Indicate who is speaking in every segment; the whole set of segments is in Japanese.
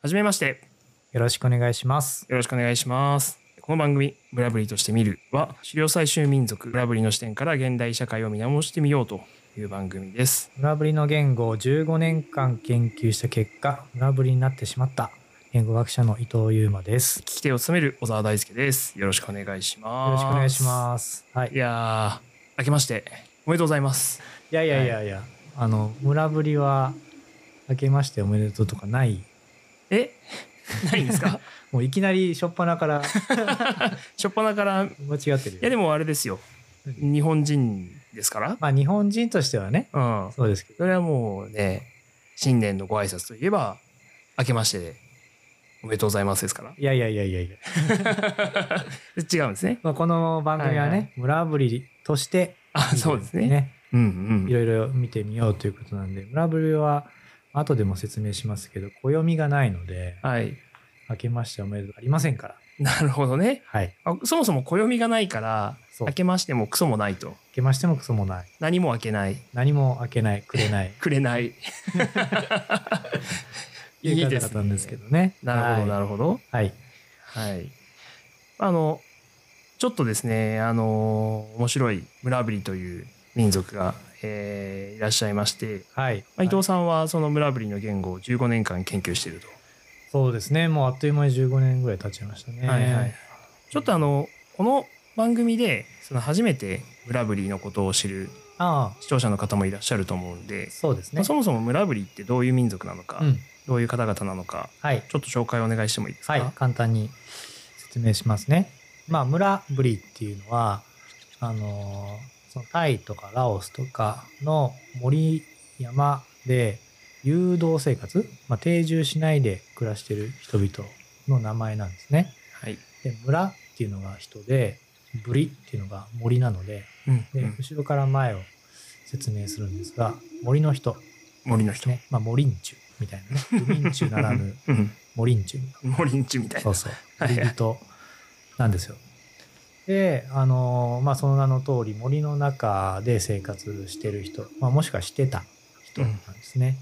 Speaker 1: はじめまして。
Speaker 2: よろしくお願いします。
Speaker 1: よろしくお願いします。この番組、ブラブリとして見るは、狩猟採集民族、ブラブリの視点から現代社会を見直してみようという番組です。
Speaker 2: 村ぶりの言語を15年間研究した結果、村ぶりになってしまった言語学者の伊藤優馬です。
Speaker 1: 聞き手を務める小沢大輔です。よろしくお願いします。
Speaker 2: よろしくお願いし
Speaker 1: す。
Speaker 2: ます。はい。
Speaker 1: いやー、明けまして、おめでとうございます。
Speaker 2: いやいやいやいや、あの、村ぶりは、明けましておめでとうとかない。
Speaker 1: えないんですか
Speaker 2: もういきなり初っ端から
Speaker 1: 初っ端から、 い
Speaker 2: 間違ってるよ。
Speaker 1: やでもあれですよ。日本人ですから。
Speaker 2: まあ日本人としてはね、
Speaker 1: うん。
Speaker 2: そうですけど。
Speaker 1: それはもうね、新年のご挨拶といえば、明けましてで、おめでとうございますですから。
Speaker 2: いやいやいやいやいや。
Speaker 1: 違うんですね。
Speaker 2: まあ、この番組はね、
Speaker 1: はいはい
Speaker 2: 村ぶりとして、
Speaker 1: あ、 そうですね。
Speaker 2: ね
Speaker 1: うん
Speaker 2: いうろいろ見てみようということなんで、村ぶりは後でも説明しますけど、暦がないので、
Speaker 1: ん。はい。
Speaker 2: 明けましておめでとうありませんから。
Speaker 1: なるほどね。
Speaker 2: はい。
Speaker 1: あそもそも暦がないから、
Speaker 2: そ
Speaker 1: 明
Speaker 2: う。明け
Speaker 1: けましてもクソもないと。
Speaker 2: ましてもクソもない。
Speaker 1: 何も明けない。
Speaker 2: 何も明けない、く れない。
Speaker 1: くれない。
Speaker 2: いう方だったんですけ。どね。
Speaker 1: なるほど、
Speaker 2: はい
Speaker 1: なるほど。
Speaker 2: はい。
Speaker 1: はい。あの、ちょっとですね、あの、面白い村ぶりという民族が、えーいらっしゃいまして、
Speaker 2: はい。
Speaker 1: まあ伊
Speaker 2: は
Speaker 1: 藤
Speaker 2: い
Speaker 1: さんはその村ぶりの言語を15年間研究していると。
Speaker 2: そうですね。もうあっという間に15年ぐらい経っちゃいましたね。
Speaker 1: はいはい。ちょっとあの、この番組で、その初めて村ぶりのことを知る
Speaker 2: ああ、
Speaker 1: 視聴者の方もいらっしゃると思うんで、
Speaker 2: そうです
Speaker 1: ま
Speaker 2: ね
Speaker 1: あ、。そもそも村ぶりってどういう民族なのか、
Speaker 2: うん。
Speaker 1: どういう方々なのか、
Speaker 2: はい。
Speaker 1: ちょっと紹介お願いしてもいいですか
Speaker 2: はい、簡単に説明しますね。まあ、村ぶりっていうのは、あのーそのタイとかラオスとかの森山で誘導生活、まあ、定住しないで暮らしてる人々の名前なんですね。
Speaker 1: はい。
Speaker 2: で、村っていうのが人で、ぶりっていうのが森なので、
Speaker 1: うんう
Speaker 2: で
Speaker 1: ん
Speaker 2: 後ろから前を説明するんですが、森の人で
Speaker 1: 森の
Speaker 2: す
Speaker 1: 人。
Speaker 2: ね。まあ、森んちゅうみたいなね。海んちゅうならぬ
Speaker 1: うん。
Speaker 2: 森んちゅうみたいな。
Speaker 1: 森んちみたい
Speaker 2: そ
Speaker 1: な
Speaker 2: う。そう。
Speaker 1: はいはい
Speaker 2: 恋人なんですよ。で、あのーまあ、その名の通り森の中で生活してる人、まあ、もしくはしてた人なんですね。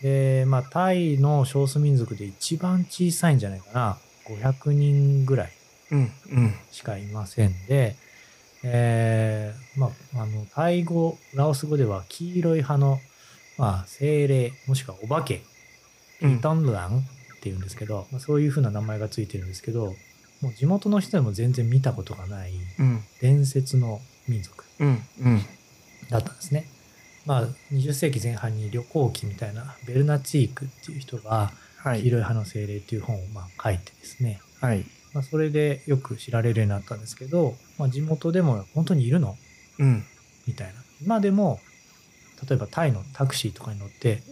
Speaker 2: で、まあ、タイの少数民族で一番小さいんじゃないかな。500人ぐらい
Speaker 1: うん。うん。
Speaker 2: しかいませんで、えーまあ、あの、タイ語、ラオス語では黄色い派の、まあ、精霊、もしくはお化け
Speaker 1: うん。
Speaker 2: トンランっていうんですけど、まあ、そういうふうな名前がついてるんですけど、もう地元の人でも全然見たことがない
Speaker 1: うん。
Speaker 2: 伝説の民族
Speaker 1: うん。うん。
Speaker 2: だったんですね。まあ、20世紀前半に旅行記みたいなベルナチークっていう人が、
Speaker 1: は
Speaker 2: 黄
Speaker 1: い。
Speaker 2: 色い花の精霊っていう本をまあ書いてですね、
Speaker 1: はい。
Speaker 2: まあ、それでよく知られるようになったんですけど、まあ、地元でも本当にいるの
Speaker 1: うん。
Speaker 2: みたいな。今でも、例えばタイのタクシーとかに乗って、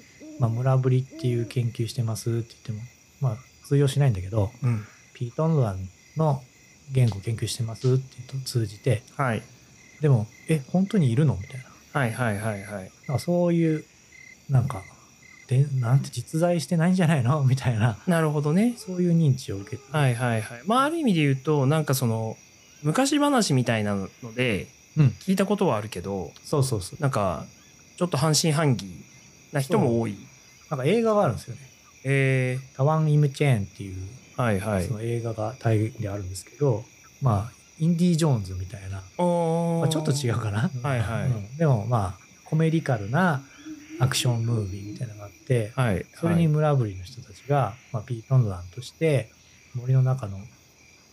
Speaker 2: まあ、村ぶりっていう研究してますって言っても、まあ、通用しないんだけど、
Speaker 1: うん。
Speaker 2: ピートンランの言語を研究してますって言うと通じて、
Speaker 1: はい。
Speaker 2: でも、え、本当にいるのみたいな。
Speaker 1: はいはいはいはい。
Speaker 2: なんかそういう、なんか、でなんて実在してないんじゃないの みたいな、
Speaker 1: なるほどね。
Speaker 2: そういう認知を受けて、
Speaker 1: はいはいはい。まあ、ある意味で言うと、なんかその、昔話みたいなので、
Speaker 2: うん
Speaker 1: 聞いたことはあるけど、
Speaker 2: そうそうそう。
Speaker 1: なんか、ちょっと半信半疑な人も多い。
Speaker 2: なんか映画があるんですよね。
Speaker 1: え
Speaker 2: タワン・イム・チェーンっていう、
Speaker 1: ー、はいはい
Speaker 2: そ。の映画がタイであるんですけど、まあ、インディ・ジョーンズみたいな、
Speaker 1: お
Speaker 2: まあ、ちょっと違うかな。
Speaker 1: はいはい
Speaker 2: うんでもまあ、コメディカルなアクションムービーみたいなのがあって、
Speaker 1: はいはい。
Speaker 2: それに村ぶりの人たちが、まあ、ピートンドランとして森の中の、ま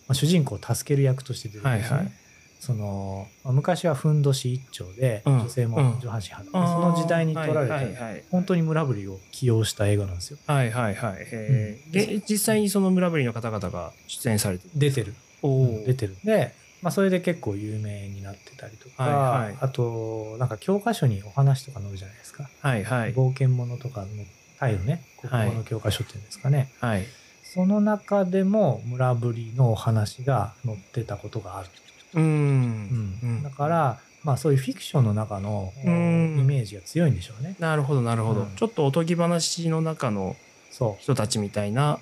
Speaker 2: あ、主人公を助ける役として出てくるんですね、
Speaker 1: はいはい
Speaker 2: そのまあ昔はふんどし一丁で
Speaker 1: うん
Speaker 2: 女性も上半身裸で、
Speaker 1: あー
Speaker 2: その時代に撮られて、
Speaker 1: はいはい
Speaker 2: 本当に村ぶりを起用した映画なんですよ
Speaker 1: はいはいはい。えーで実際にその村ぶりの方々が出演されてる。
Speaker 2: 出てる
Speaker 1: おー
Speaker 2: 出てるんで、まあ、それで結構有名になってたりとか、
Speaker 1: はいはい
Speaker 2: あとなんか教科書にお話とか載るじゃないですか、
Speaker 1: はいはい。
Speaker 2: 冒険ものとかのタイのね国語の教科書っていうんですかね、
Speaker 1: はい。
Speaker 2: その中でも村ぶりのお話が載ってたことがある。
Speaker 1: うー。
Speaker 2: うん
Speaker 1: うん
Speaker 2: んだから、まあそういうフィクションの中のイ
Speaker 1: うん
Speaker 2: メージが強いんでしょうね。
Speaker 1: なるほどなるほど、
Speaker 2: うん
Speaker 1: ちょっとおとぎ話の中の
Speaker 2: そう。
Speaker 1: 人たちみたいな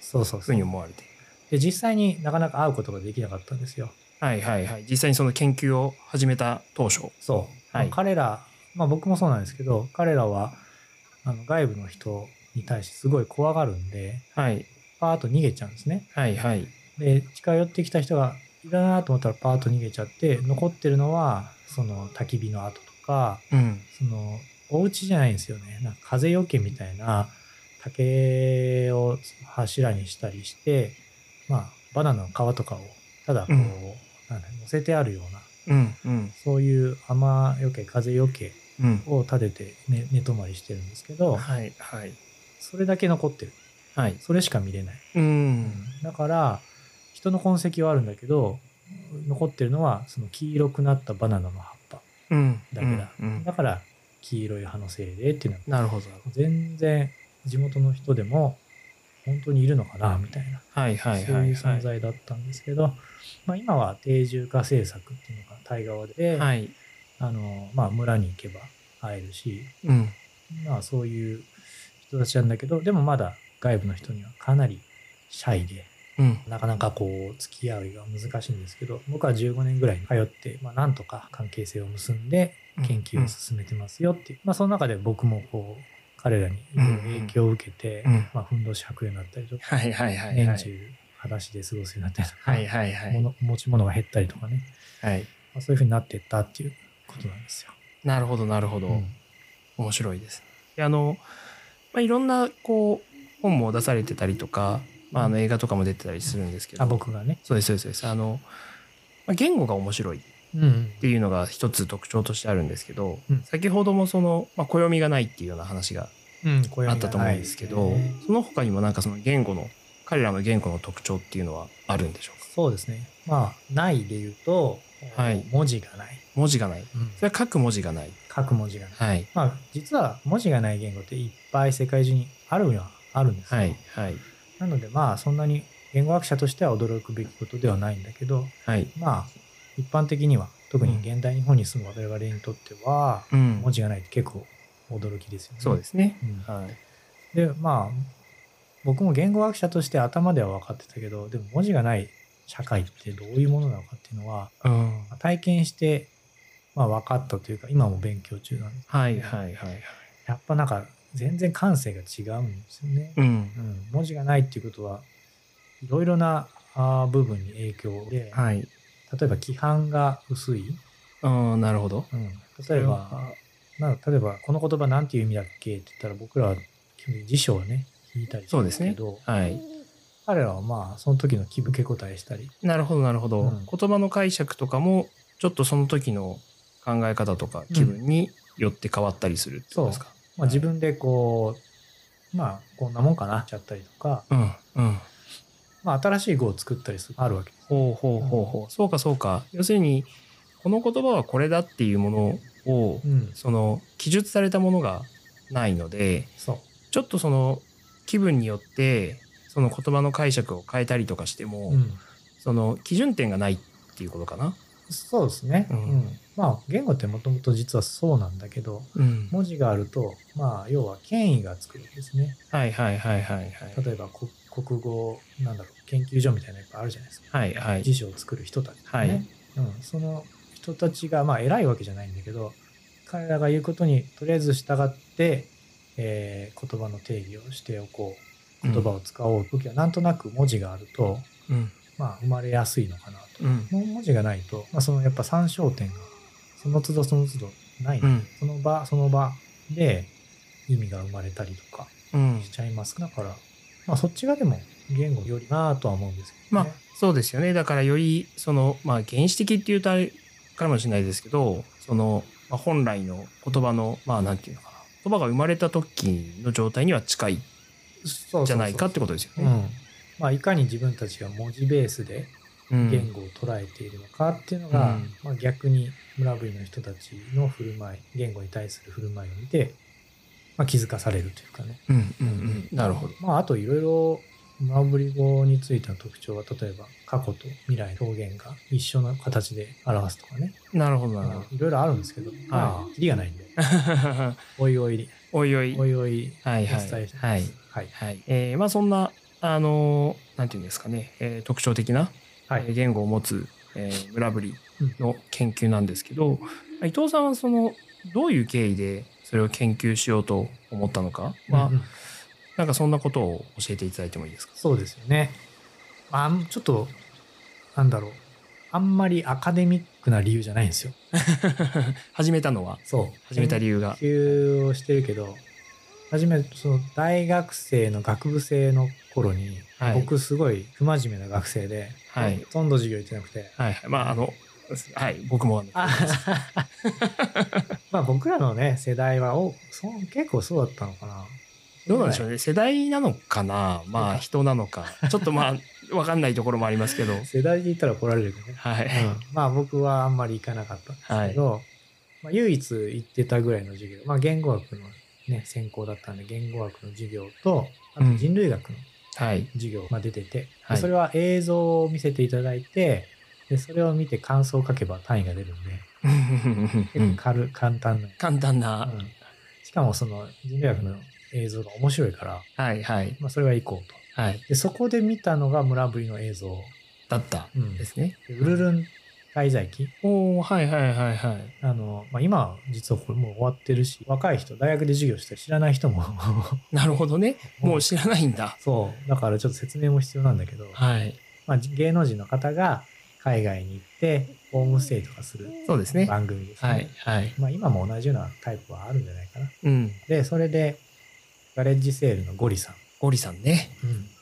Speaker 2: そうそう
Speaker 1: ふ
Speaker 2: そう
Speaker 1: に
Speaker 2: う。
Speaker 1: 思われている。
Speaker 2: で、実際になかなか会うことができなかったんですよ。
Speaker 1: はいはいはい。実際にその研究を始めた当初。
Speaker 2: そう。
Speaker 1: はい
Speaker 2: まあ彼ら、まあ僕もそうなんですけど、彼らは、あの外部の人に対してすごい怖がるんで、
Speaker 1: はい
Speaker 2: パーッと逃げちゃうんですね。
Speaker 1: はいはい
Speaker 2: で、近寄ってきた人がいらなと思ったらパーッと逃げちゃって、残ってるのは、その焚き火の跡とか、
Speaker 1: うん
Speaker 2: その、お家じゃないんですよね。なんか風よけみたいな竹を柱にしたりして、まあ、バナナの皮とかを、ただこう、
Speaker 1: うん
Speaker 2: なんだ乗せてあるような、
Speaker 1: うんうん
Speaker 2: そういう雨よけ、風よけ
Speaker 1: うん
Speaker 2: を立てて寝寝泊まりしてるんですけど、
Speaker 1: はいはい
Speaker 2: それだけ残ってる。
Speaker 1: はい
Speaker 2: それしか見れない。
Speaker 1: うん
Speaker 2: だから人の痕跡はあるんだけど残ってるのはその黄色くなったバナナの葉っぱ
Speaker 1: うん
Speaker 2: だけだ、
Speaker 1: うんうん
Speaker 2: だから黄色い葉の精霊っていうの
Speaker 1: な
Speaker 2: は
Speaker 1: るほど
Speaker 2: 全然地元の人でも本当にいるのかなみたいな、
Speaker 1: はいはい
Speaker 2: そう
Speaker 1: はいいうは
Speaker 2: 存
Speaker 1: い
Speaker 2: 在だったんですけど、まあ、今は定住化政策っていうのが対側で、
Speaker 1: はい
Speaker 2: あのまあ、村に行けば会えるし、
Speaker 1: うん
Speaker 2: まあ、そういう人たちなんだけどでもまだ外部の人にはかなりシャイで。
Speaker 1: うん
Speaker 2: なかなかこう付き合いが難しいんですけど僕は15年ぐらい通って、まあ、なんとか関係性を結んで研究を進めてますよっていう、まあ、その中で僕もこう彼らにいろいろ影響を受けて、
Speaker 1: うんうん
Speaker 2: まあ、ふんどし履くようになったりとか、
Speaker 1: はいはいはいはい
Speaker 2: 年中裸足で過ごすようになったりとか、
Speaker 1: はいはいはい
Speaker 2: 物持ち物が減ったりとかね、
Speaker 1: はい
Speaker 2: まあ、そういうふうになってったっていうことなんですよ。
Speaker 1: なるほどなるほど、
Speaker 2: うん
Speaker 1: 面白いです。であの、まあ、いろんなこう本も出されてたりとか、まあ、あの映画とかも出てたりするんですけど
Speaker 2: あ僕がね、
Speaker 1: そうですそうですそうですあの、まあ、言語が面白いっ
Speaker 2: うん
Speaker 1: ていうのが一つ特徴としてあるんですけど、
Speaker 2: うん
Speaker 1: 先ほどもその、まあ、暦がないっていうような話が
Speaker 2: うん、暦が
Speaker 1: あ
Speaker 2: ない
Speaker 1: ったと思うんですけど、
Speaker 2: ね
Speaker 1: その他にもなんかその言語の彼らの言語の特徴っていうのはあるんでしょうか
Speaker 2: そうですねまあないで言うと、
Speaker 1: はい
Speaker 2: 文字がない、
Speaker 1: 文字がないそれは書く文字がない
Speaker 2: 書く文字がない
Speaker 1: はい
Speaker 2: まあ、実は文字がない言語っていっぱい世界中にあるにはあるんですよ、
Speaker 1: はいはい
Speaker 2: なのでまあそんなに言語学者としては驚くべきことではないんだけど
Speaker 1: はい
Speaker 2: まあ一般的には特に現代日本に住む我々にとっては
Speaker 1: うん
Speaker 2: 文字がないって結構驚きですよね。
Speaker 1: そうですね
Speaker 2: うん
Speaker 1: はい
Speaker 2: でまあ僕も言語学者として頭では分かってたけどでも文字がない社会ってどういうものなのかっていうのは
Speaker 1: うん
Speaker 2: まあ体験して、まあ、分かったというか今も勉強中なんです
Speaker 1: はいはいはいはい
Speaker 2: やっぱなんか全然感性が違うんですよね。
Speaker 1: うん
Speaker 2: うん、文字がないっていうことはいろいろなあー部分に影響で、
Speaker 1: はい。
Speaker 2: 例えば規範が薄い、
Speaker 1: うん、なるほど。
Speaker 2: うん、例えば、なんか例えばこの言葉なんていう意味だっけって言ったら僕らは基本的に辞書をね引いたりす
Speaker 1: そ
Speaker 2: る
Speaker 1: うんで
Speaker 2: です
Speaker 1: す
Speaker 2: け
Speaker 1: ね
Speaker 2: ど、。
Speaker 1: はい。
Speaker 2: 彼らはまあその時の気ぶけ答えしたり、
Speaker 1: なるほど、なるほど、
Speaker 2: うん
Speaker 1: 言葉の解釈とかも、ちょっとその時の考え方とか気分によって変わったりするってことですか。
Speaker 2: まあ、自分でこうまあこんなもんかなっちゃったりとか、
Speaker 1: うん、うん。
Speaker 2: まあ、新しい語を作ったりするあるわけです。
Speaker 1: ほうほうほうほう。そうか、そうか。要するに、この言葉はこれだっていうものを、
Speaker 2: うん、
Speaker 1: その、記述されたものがないので、
Speaker 2: そう
Speaker 1: ちょっとその、気分によって、その言葉の解釈を変えたりとかしても、
Speaker 2: うん
Speaker 1: その、基準点がないっていうことかな。
Speaker 2: そうですね、
Speaker 1: う
Speaker 2: うんんまあ言語ってもともと実はそうなんだけど
Speaker 1: うん
Speaker 2: 文字があるとまあ要は権威がつくんですね
Speaker 1: はいはいはいはいはい。
Speaker 2: 例えばこ国語なんだろう研究所みたいなのいっぱいあるじゃないですか
Speaker 1: はいはい。
Speaker 2: 辞書を作る人たち、ね
Speaker 1: はい
Speaker 2: うん、その人たちがまあ偉いわけじゃないんだけど彼らが言うことにとりあえず従って、えー言葉の定義をしておこう言葉を使おう時はなんとなく文字があると、
Speaker 1: うん
Speaker 2: まあ生まれやすいのかなと。
Speaker 1: うん
Speaker 2: もう文字がないと、まあ、そのやっぱ参照点がその都度その都度ない、
Speaker 1: うん
Speaker 2: その場その場で意味が生まれたりとか
Speaker 1: うん
Speaker 2: し。ちゃいますだから、まあ、そっちがでも言語よりなぁとは思うんですけ
Speaker 1: ま
Speaker 2: ど、
Speaker 1: あ
Speaker 2: ね
Speaker 1: そうですよね。だからよりそのまあ原始的っていうとあれかもしれないですけど、そのまあ本来の言葉のまあなんていうのかな、言葉が生まれた時の状態には近い
Speaker 2: そうそうそう
Speaker 1: じゃないかってことですよ
Speaker 2: う
Speaker 1: ね。
Speaker 2: んまあ、いかに自分たちが文字ベースで
Speaker 1: うん
Speaker 2: 言語を捉えているのかっていうのが、
Speaker 1: うん
Speaker 2: まあ、逆に村ぶりの人たちの振る舞い言語に対する振る舞いを見て、まあ、気づかされるというかね
Speaker 1: うんうんうん。なるほど。
Speaker 2: まあ、あといろいろ、マブリ語についての特徴は、例えば過去と未来の表現が一緒の形で表すとかね、
Speaker 1: なるほどなるほ
Speaker 2: まあいろいろあるんですけど、まあ、キリがないんで、
Speaker 1: ど。
Speaker 2: おいおい、
Speaker 1: おいおい。
Speaker 2: おいおい、
Speaker 1: はい
Speaker 2: お伝
Speaker 1: は
Speaker 2: えしてま
Speaker 1: い
Speaker 2: す。
Speaker 1: はい。
Speaker 2: はい。
Speaker 1: はい。えーまあそんなあのーなんていうんですかね、えー特徴的な
Speaker 2: は
Speaker 1: えー
Speaker 2: い。
Speaker 1: 言語を持つ、えー、村ぶりの研究なんですけど、伊藤さんはそのどういう経緯でそれを研究しようと思ったのかは、
Speaker 2: うん
Speaker 1: なんかそんなことを教えていただいてもいい ですか
Speaker 2: そうですよね。まあ、ちょっと、なんだろう。あんまりアカデミックな理由じゃないんですよ。
Speaker 1: 始めたのは
Speaker 2: そう。
Speaker 1: 始めた理由が
Speaker 2: 研究をしてるけど、初め、その大学生の学部生の頃に、
Speaker 1: はい
Speaker 2: 僕すごい不真面目な学生で、
Speaker 1: はい
Speaker 2: ほとんど授業行ってなくて、
Speaker 1: はいはいまああのはい僕もあの
Speaker 2: あ まあ僕らのね、世代はおそう、結構そうだったのかな。
Speaker 1: どうなんでしょ
Speaker 2: う
Speaker 1: うね世代なのかなま
Speaker 2: そう
Speaker 1: あ
Speaker 2: か
Speaker 1: 人なの かちょっとまあわかんないところもありますけど
Speaker 2: 世代で言ったら怒られるけどね。
Speaker 1: はい、
Speaker 2: うん、まあ僕はあんまり行かなかったんですけど、まあ、唯一行ってたぐらいの授業、まあ、言語学の、ね、専攻だったんで言語学の授業とあ
Speaker 1: う
Speaker 2: と
Speaker 1: ん
Speaker 2: 人類学の
Speaker 1: はい
Speaker 2: 授業が出てて、で
Speaker 1: はい
Speaker 2: それは映像を見せていただいてでそれを見て感想を書けば単位が出るんで
Speaker 1: う
Speaker 2: 結
Speaker 1: ん
Speaker 2: 構軽、簡単な、
Speaker 1: 簡単な、
Speaker 2: うんしかもその人類学の映像が面白いから、
Speaker 1: はいはい
Speaker 2: まあ、それは行こうと
Speaker 1: はい
Speaker 2: でそこで見たのが村ぶりの映像、
Speaker 1: だった
Speaker 2: うん
Speaker 1: ですね、
Speaker 2: でウルルン滞在記
Speaker 1: おおはいはいはいはい
Speaker 2: あの、まあ、今は実はこれもう終わってるし、若い人、大学で授業してる知らない人も、
Speaker 1: なるほどねもう知らないんだ
Speaker 2: そう、 だからちょっと説明も必要なんだけど、
Speaker 1: はい
Speaker 2: まあ、芸能人の方が海外に行って、ホームステイとかする
Speaker 1: そうですね
Speaker 2: 番組ですね。
Speaker 1: はいはい
Speaker 2: まあ、今も同じようなタイプはあるんじゃないかな。
Speaker 1: うん
Speaker 2: で、それで、ガレッジセールのゴリさん。
Speaker 1: ゴリさんね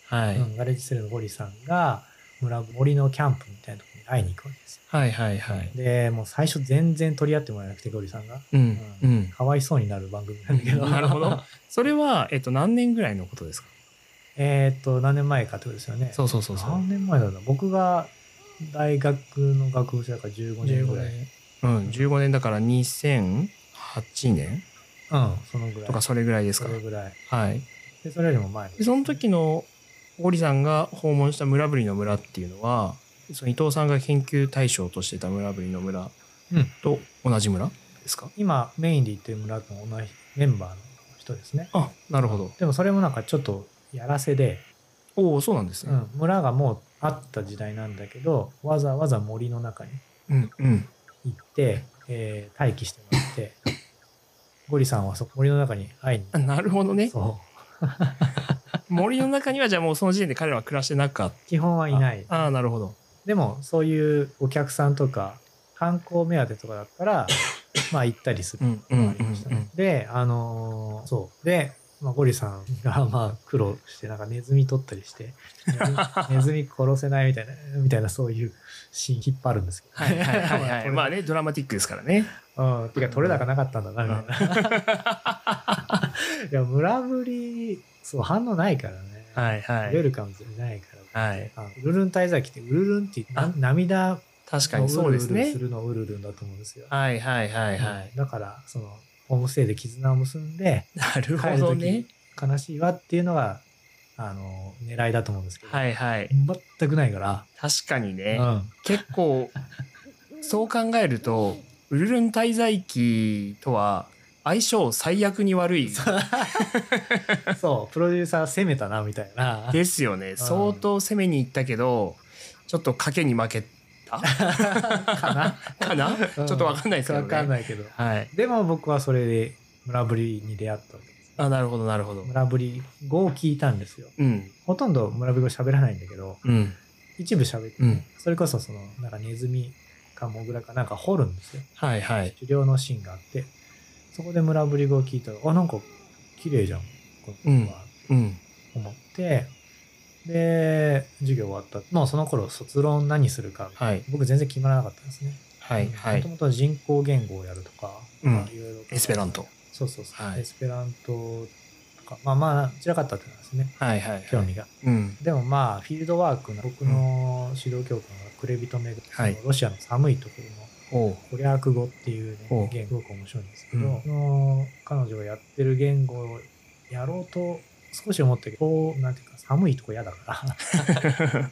Speaker 1: はい、
Speaker 2: うんガレッジセールのゴリさんが、村、森のキャンプみたいなところに会いに行くわけですよ。
Speaker 1: はいはいはい
Speaker 2: で、もう最初全然取り合ってもらえなくて、ゴリさんが。
Speaker 1: うん
Speaker 2: う
Speaker 1: うん
Speaker 2: かわいそうになる番組なんだけ ど。
Speaker 1: なるほどそれは、えっと、何年ぐらいのことですか
Speaker 2: えーっと、何年前かってことですよね。
Speaker 1: そうそうそうそう。
Speaker 2: 何年前だろう。僕が大学の学部生だから15年ぐらい。うん、
Speaker 1: うん、15年だから2008年
Speaker 2: そのぐらい。
Speaker 1: とかそれぐらいです
Speaker 2: そ
Speaker 1: か。
Speaker 2: れぐらい。
Speaker 1: はい。
Speaker 2: で、それよりも前。
Speaker 1: で、その時のゴリさんが訪問した村ぶりの村っていうのは、その伊藤さんが研究対象としてた村ぶりの村
Speaker 2: うん
Speaker 1: と同じ村ですか、
Speaker 2: 今、メインで行ってる村と同じメンバーの人ですね。
Speaker 1: あ、なるほど。
Speaker 2: でもそれもなんかちょっとやらせで、
Speaker 1: おお、そうなんです
Speaker 2: う
Speaker 1: ね。
Speaker 2: ん、村がもうあった時代なんだけど、わざわざ森の中に
Speaker 1: うん、うん。
Speaker 2: 行って、えー待機してもらって、ゴリさんはそこ森の中に会いに行
Speaker 1: あなるほどね
Speaker 2: く。。そ
Speaker 1: 森の中にはじゃあもうその時点で彼らは暮らしてなかっ
Speaker 2: う。基本は
Speaker 1: た。
Speaker 2: いない。
Speaker 1: ああー、なるほど。
Speaker 2: でもそういうお客さんとか観光目当てとかだったらまあ行ったりす
Speaker 1: う
Speaker 2: る
Speaker 1: ん、う
Speaker 2: の
Speaker 1: ん、
Speaker 2: が
Speaker 1: う
Speaker 2: ありましたね。
Speaker 1: ん。
Speaker 2: であのーそうで、まあ、ゴリさんが まあ苦労してなんかネズミ取った りしてネズネズミ殺せないみたいなみたいなそういうシーン引っ張るんですけど、
Speaker 1: はいはいはいは い。ま
Speaker 2: まあ
Speaker 1: あね、ドラマティックですからね。
Speaker 2: うん、てか取れ高なかったんだなみたいな。 いや村ぶりそう反応ないからね、
Speaker 1: はいは
Speaker 2: ウェ。ルカムじゃないから。
Speaker 1: はい。
Speaker 2: あウルルン滞在期ってウルルンってな
Speaker 1: あ
Speaker 2: 涙
Speaker 1: 確かにそうです
Speaker 2: ウルル
Speaker 1: ね
Speaker 2: す。るのウルルンだと思うんですよ。
Speaker 1: はいはいはいは
Speaker 2: だから、その、ホームステイで絆を結んで、
Speaker 1: い。なる
Speaker 2: 帰
Speaker 1: ほ
Speaker 2: る
Speaker 1: ど
Speaker 2: と
Speaker 1: ね
Speaker 2: き。悲しいわっていうのが、あの、狙いだと思うんですけど、
Speaker 1: はいはい。
Speaker 2: 全くないから、
Speaker 1: 確かに
Speaker 2: う
Speaker 1: ね。
Speaker 2: ん、
Speaker 1: 結構、そう考えると、ウルルン滞在期とは相性最悪に悪い
Speaker 2: そう、プロデューサー攻めたな、みたい な。
Speaker 1: ですよね。相当攻めに行ったけど、ちょっと賭けに負けた
Speaker 2: かな。
Speaker 1: かなちょ
Speaker 2: うん
Speaker 1: っとわかんないですけど
Speaker 2: わ
Speaker 1: ね。
Speaker 2: かんないけど。
Speaker 1: はい。
Speaker 2: でも僕はそれで、村ぶりに出会ったわけです。
Speaker 1: あ、なるほどなるほど。
Speaker 2: 村ぶり5を聞いたんですよ。
Speaker 1: うん。
Speaker 2: ほとんど村ぶり語喋らないんだけど、
Speaker 1: うん。
Speaker 2: 一部喋って、
Speaker 1: うん。
Speaker 2: それこそその、なんかネズミかモグラかなんか掘るんですよ。
Speaker 1: はいはい。
Speaker 2: 狩猟のシーンがあってそこで村ぶり語を聞いたらあなんか綺麗じゃんこの子は
Speaker 1: うん。
Speaker 2: 思って、で授業終わったもうその頃卒論何するか
Speaker 1: はい。
Speaker 2: 僕全然決まらなかったんですね
Speaker 1: はいは
Speaker 2: もと
Speaker 1: い。
Speaker 2: もと人工言語をやるとか、
Speaker 1: うん
Speaker 2: まあいろいろ
Speaker 1: エスペラント。
Speaker 2: そうそうそう、
Speaker 1: はい
Speaker 2: エスペラントとかまあまあ散らかったってなんですね
Speaker 1: はいはい
Speaker 2: 興
Speaker 1: はい。
Speaker 2: 味が、
Speaker 1: うん。
Speaker 2: でもまあフィールドワークの僕の指導教官がクレビトメグ、
Speaker 1: はい
Speaker 2: ロシアの寒いところの
Speaker 1: おう。
Speaker 2: コリャーク語っていう
Speaker 1: お
Speaker 2: ね
Speaker 1: う、
Speaker 2: 言語すごく面白いんですけど、
Speaker 1: うん
Speaker 2: その彼女がやってる言語をやろうと少し思ったけど、こうなんていうか寒いとこ嫌 だから、一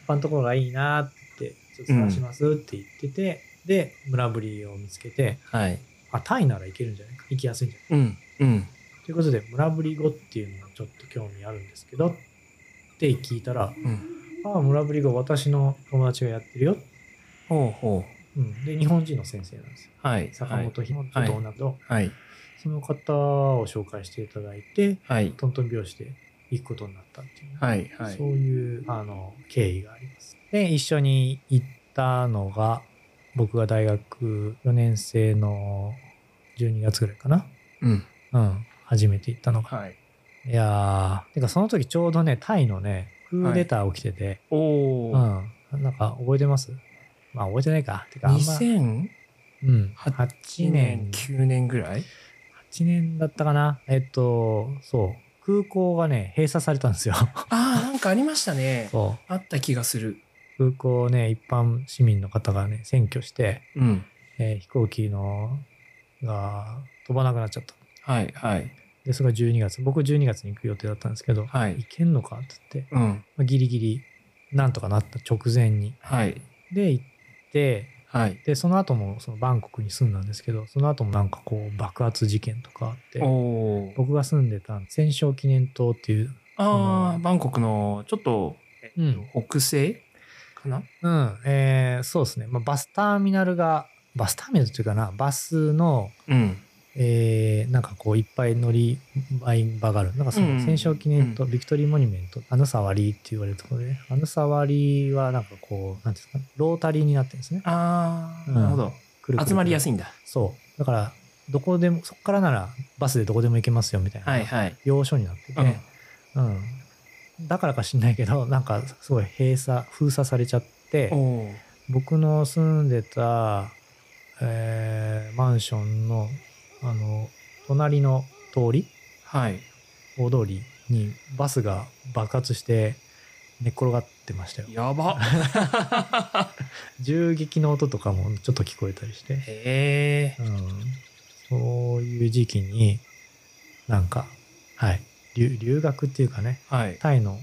Speaker 2: 般のところがいいなって、ちょっと探しますって言ってて、で、村ぶりを見つけて、
Speaker 1: はい。
Speaker 2: あ、タイならいけるんじゃないか、行きやすいんじゃない
Speaker 1: うん。うん。
Speaker 2: か。ということで、村ぶり語っていうのをちょっと興味あるんですけど、って聞いたら、
Speaker 1: うん。
Speaker 2: ああ、村ぶり語私の友達がやってるよ。
Speaker 1: ほうほ
Speaker 2: うん、で、日本人の先生なんですよ。
Speaker 1: う。はい。
Speaker 2: 坂本ひもと同じの
Speaker 1: はい。
Speaker 2: その方を紹介していただいて、
Speaker 1: はい。
Speaker 2: トントン拍子で行くことになったっていうね、
Speaker 1: はいはい
Speaker 2: そういうあの経緯があります。で一緒に行ったのが僕が大学4年生の12月ぐらいかな、
Speaker 1: うん
Speaker 2: うん、初めて行ったのが。
Speaker 1: はい
Speaker 2: いやーてかその時ちょうどねタイのねクーデター起きてて、
Speaker 1: おお、
Speaker 2: うん、なんか覚えてますまあ覚えてないかてかあんま、
Speaker 1: 2008
Speaker 2: うん、8
Speaker 1: 年
Speaker 2: 年
Speaker 1: 9年ぐらい
Speaker 2: 8年だったかなえっとそう空港がね閉鎖された んですよ
Speaker 1: ああなんかありましたね
Speaker 2: そう
Speaker 1: あった気がする
Speaker 2: 空港をね一般市民の方がね占拠して、
Speaker 1: うん
Speaker 2: えー飛行機のが飛ばなくなっちゃった
Speaker 1: はいはい
Speaker 2: でそれが12月僕12月に行く予定だったんですけど、
Speaker 1: はい
Speaker 2: 行けんのかって言って、
Speaker 1: うん
Speaker 2: まあ、ギリギリなんとかなった直前に
Speaker 1: はい
Speaker 2: で行って
Speaker 1: はい
Speaker 2: でその後もそのバンコクに住んだんですけどその後もなんかこう爆発事件とかあって
Speaker 1: おお
Speaker 2: 僕が住んでた戦勝記念塔っていう、
Speaker 1: あ
Speaker 2: う
Speaker 1: あ
Speaker 2: ん
Speaker 1: バンコクのちょっと
Speaker 2: うん
Speaker 1: 北西かな
Speaker 2: うんえーそうですね、まあ、バスターミナルがバスターミナルっていうかなバスの、
Speaker 1: うん
Speaker 2: えーなんかこういっぱい乗り場があるなんかそ
Speaker 1: うん
Speaker 2: の戦勝記念塔、ビクトリーモニュメントアヌサワリーって言われるところでアヌサワリーはなんかこうなんていうんですかねロータリーになってるんですね
Speaker 1: ああ
Speaker 2: うん
Speaker 1: なるほど
Speaker 2: くるくるくる
Speaker 1: 集まりやすいんだ
Speaker 2: そうだからどこでもそこからならバスでどこでも行けますよみたいな、
Speaker 1: はいはい
Speaker 2: 要所になってて、うん、だからか知んないけどなんかすごい閉鎖封鎖されちゃって
Speaker 1: おお
Speaker 2: 僕の住んでた、えーマンションのあの隣の通り
Speaker 1: はい
Speaker 2: 大通りにバスが爆発して寝っ転がってましたよ
Speaker 1: やば
Speaker 2: 銃撃の音とかもちょっと聞こえたりして、
Speaker 1: へえ
Speaker 2: うん、そういう時期になんかはい留留学っていうかね
Speaker 1: はい
Speaker 2: タイの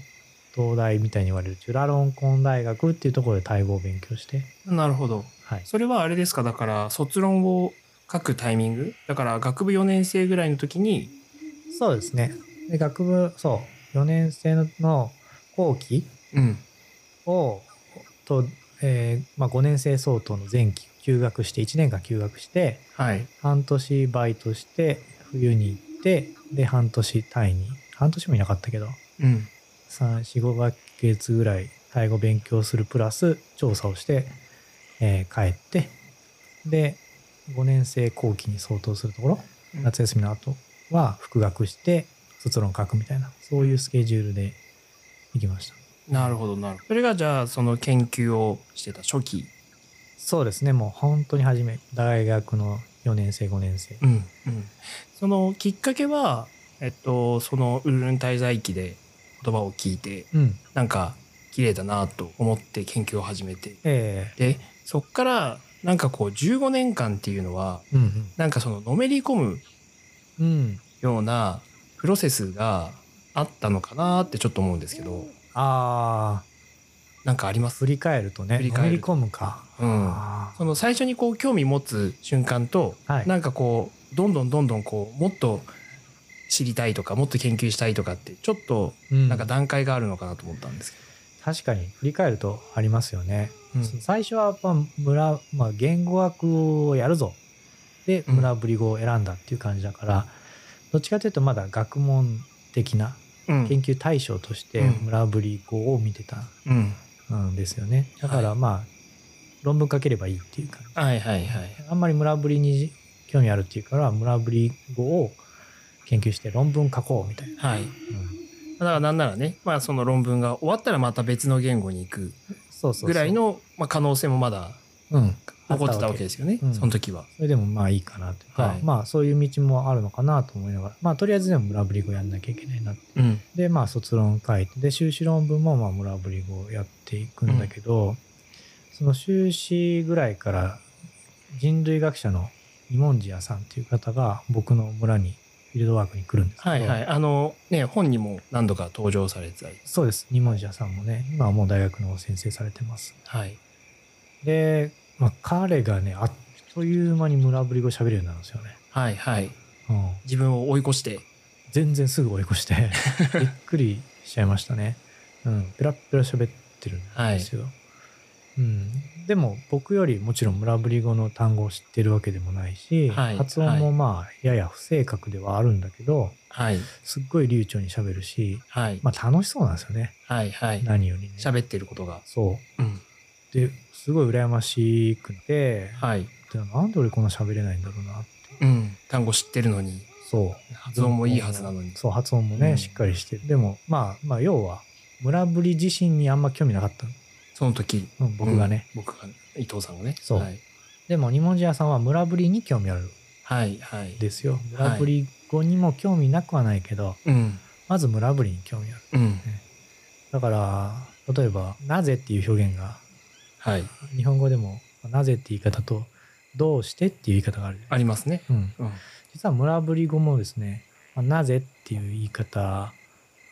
Speaker 2: 東大みたいに言われるチュラロンコン大学っていうところでタイ語を勉強して、
Speaker 1: なるほど
Speaker 2: はい、
Speaker 1: それはあれですかだから卒論を書くタイミングだから学部4年生ぐらいの時に
Speaker 2: そうですねで学部そう4年生の後期
Speaker 1: うん
Speaker 2: をと、えーまあ、5年生相当の前期休学して1年間休学して
Speaker 1: はい
Speaker 2: 半年バイトして冬に行ってで半年タイに半年もいなかったけど
Speaker 1: うん
Speaker 2: 345ヶ月ぐらいタイ語勉強するプラス調査をして、えー帰ってで5年生後期に相当するところ夏休みの後は復学して卒論書くみたいなそういうスケジュールで行きました
Speaker 1: なるほどなるほどそれがじゃあその研究をしてた初期
Speaker 2: そうですねもう本当に初め大学の4年生5年生
Speaker 1: うんうんそのきっかけはえっとそのウルルン滞在期で言葉を聞いて
Speaker 2: うん
Speaker 1: なんか綺麗だなと思って研究を始めて
Speaker 2: え
Speaker 1: でそっからなんかこう15年間っていうのは
Speaker 2: えうん
Speaker 1: なんかそののめり込む
Speaker 2: うんうん
Speaker 1: ようなプロセスがあったのかなってちょっと思うんですけど
Speaker 2: ああ
Speaker 1: なんかあります
Speaker 2: 振り返るとね
Speaker 1: 振
Speaker 2: 振
Speaker 1: り
Speaker 2: り
Speaker 1: 返る
Speaker 2: り込むか、
Speaker 1: うん
Speaker 2: あ
Speaker 1: その最初にこう興味持つ瞬間と、
Speaker 2: はい
Speaker 1: なんかこうどんどんどんどんこうもっと知りたいとかもっと研究したいとかってちょっと
Speaker 2: ーうん
Speaker 1: なんか段階があるのかなと思ったんですけ
Speaker 2: 確かに振り返るとありますよね
Speaker 1: ど、
Speaker 2: 最初はやっぱ村、まあ、言語学をやるぞで
Speaker 1: うん
Speaker 2: 村ぶり語を選んだっていう感じだから、どっちかというとまだ学問的な
Speaker 1: うん
Speaker 2: 研究対象として
Speaker 1: うん
Speaker 2: 村ぶり語を見てた
Speaker 1: うん
Speaker 2: んですよねだからまあ、論文書ければいいっていう感じ
Speaker 1: はいはいはい
Speaker 2: あんまり村ぶりに興味あるっていうから村ぶり語を研究して論文書こうみたいな、
Speaker 1: はい
Speaker 2: うん
Speaker 1: だからなんならね、まあ、その論文が終わったらまた別の言語に行く
Speaker 2: そうそうそう
Speaker 1: ぐらい、のまあ、可能性もまだ
Speaker 2: うん、
Speaker 1: 残ってたわけですよね、
Speaker 2: うん
Speaker 1: その時は。
Speaker 2: それでもまあいいかなというか、
Speaker 1: はい
Speaker 2: まあそういう道もあるのかなと思いながら、まあとりあえずでも村ぶり語やんなきゃいけないなって。
Speaker 1: うん
Speaker 2: で、まあ卒論書いて、で、修士論文もまあ村ぶり語をやっていくんだけど、その修士ぐらいから人類学者のイモンジアさんっていう方が僕の村にフィールドワークに来るんですけど、
Speaker 1: はいはい、あのね本にも何度か登場されてたり、
Speaker 2: そうです。イモンジアさんもね、今はもう大学の先生されてます。
Speaker 1: はい、
Speaker 2: で、まあ彼がね、あっという間に村ぶり語喋るようになるんですよね。
Speaker 1: はいはい
Speaker 2: うん
Speaker 1: 自分を追い越して
Speaker 2: 全然すぐ追い 越してびっくりしちゃいましたね。うん、ペラッペラ喋ってるんですよ。うん、でも僕よりもちろん村ぶり語の単語を知ってるわけでもないし、
Speaker 1: はい
Speaker 2: 発音もまあやや不正確ではあるんだけど、
Speaker 1: はい
Speaker 2: すっごい流暢に喋るし、
Speaker 1: はい
Speaker 2: まあ楽しそうなんですよね。
Speaker 1: はいはい
Speaker 2: 何よりね。
Speaker 1: 喋ってることが
Speaker 2: そ
Speaker 1: うん
Speaker 2: う。で、すごい羨ましくて、
Speaker 1: はい
Speaker 2: でなんで俺こんな喋れないんだろうな。
Speaker 1: うん単語知ってるのに
Speaker 2: そう。
Speaker 1: 発音もいいはずなのに
Speaker 2: そう、発音もね、
Speaker 1: うん
Speaker 2: しっかりしてる。でも、まあ、まあ、要は、村ぶり自身にあんま興味なかった。
Speaker 1: その時
Speaker 2: うん、僕がね。
Speaker 1: うん僕が伊藤さんがね
Speaker 2: そう
Speaker 1: はい
Speaker 2: でも、二文字屋さんは村ぶりに興味あるん
Speaker 1: はいはい
Speaker 2: ですよ。村ぶり語にも興味なくはないけど、
Speaker 1: うん
Speaker 2: まず村ぶりに興味ある。
Speaker 1: うん
Speaker 2: だから、例えば、なぜっていう表現が、
Speaker 1: はい
Speaker 2: 日本語でも、なぜって言い方と、どうしてっていう言い方があるじゃな
Speaker 1: あ
Speaker 2: い
Speaker 1: りますね
Speaker 2: うん。
Speaker 1: うん
Speaker 2: 実は村ぶり語もですね、まあなぜっていう言い方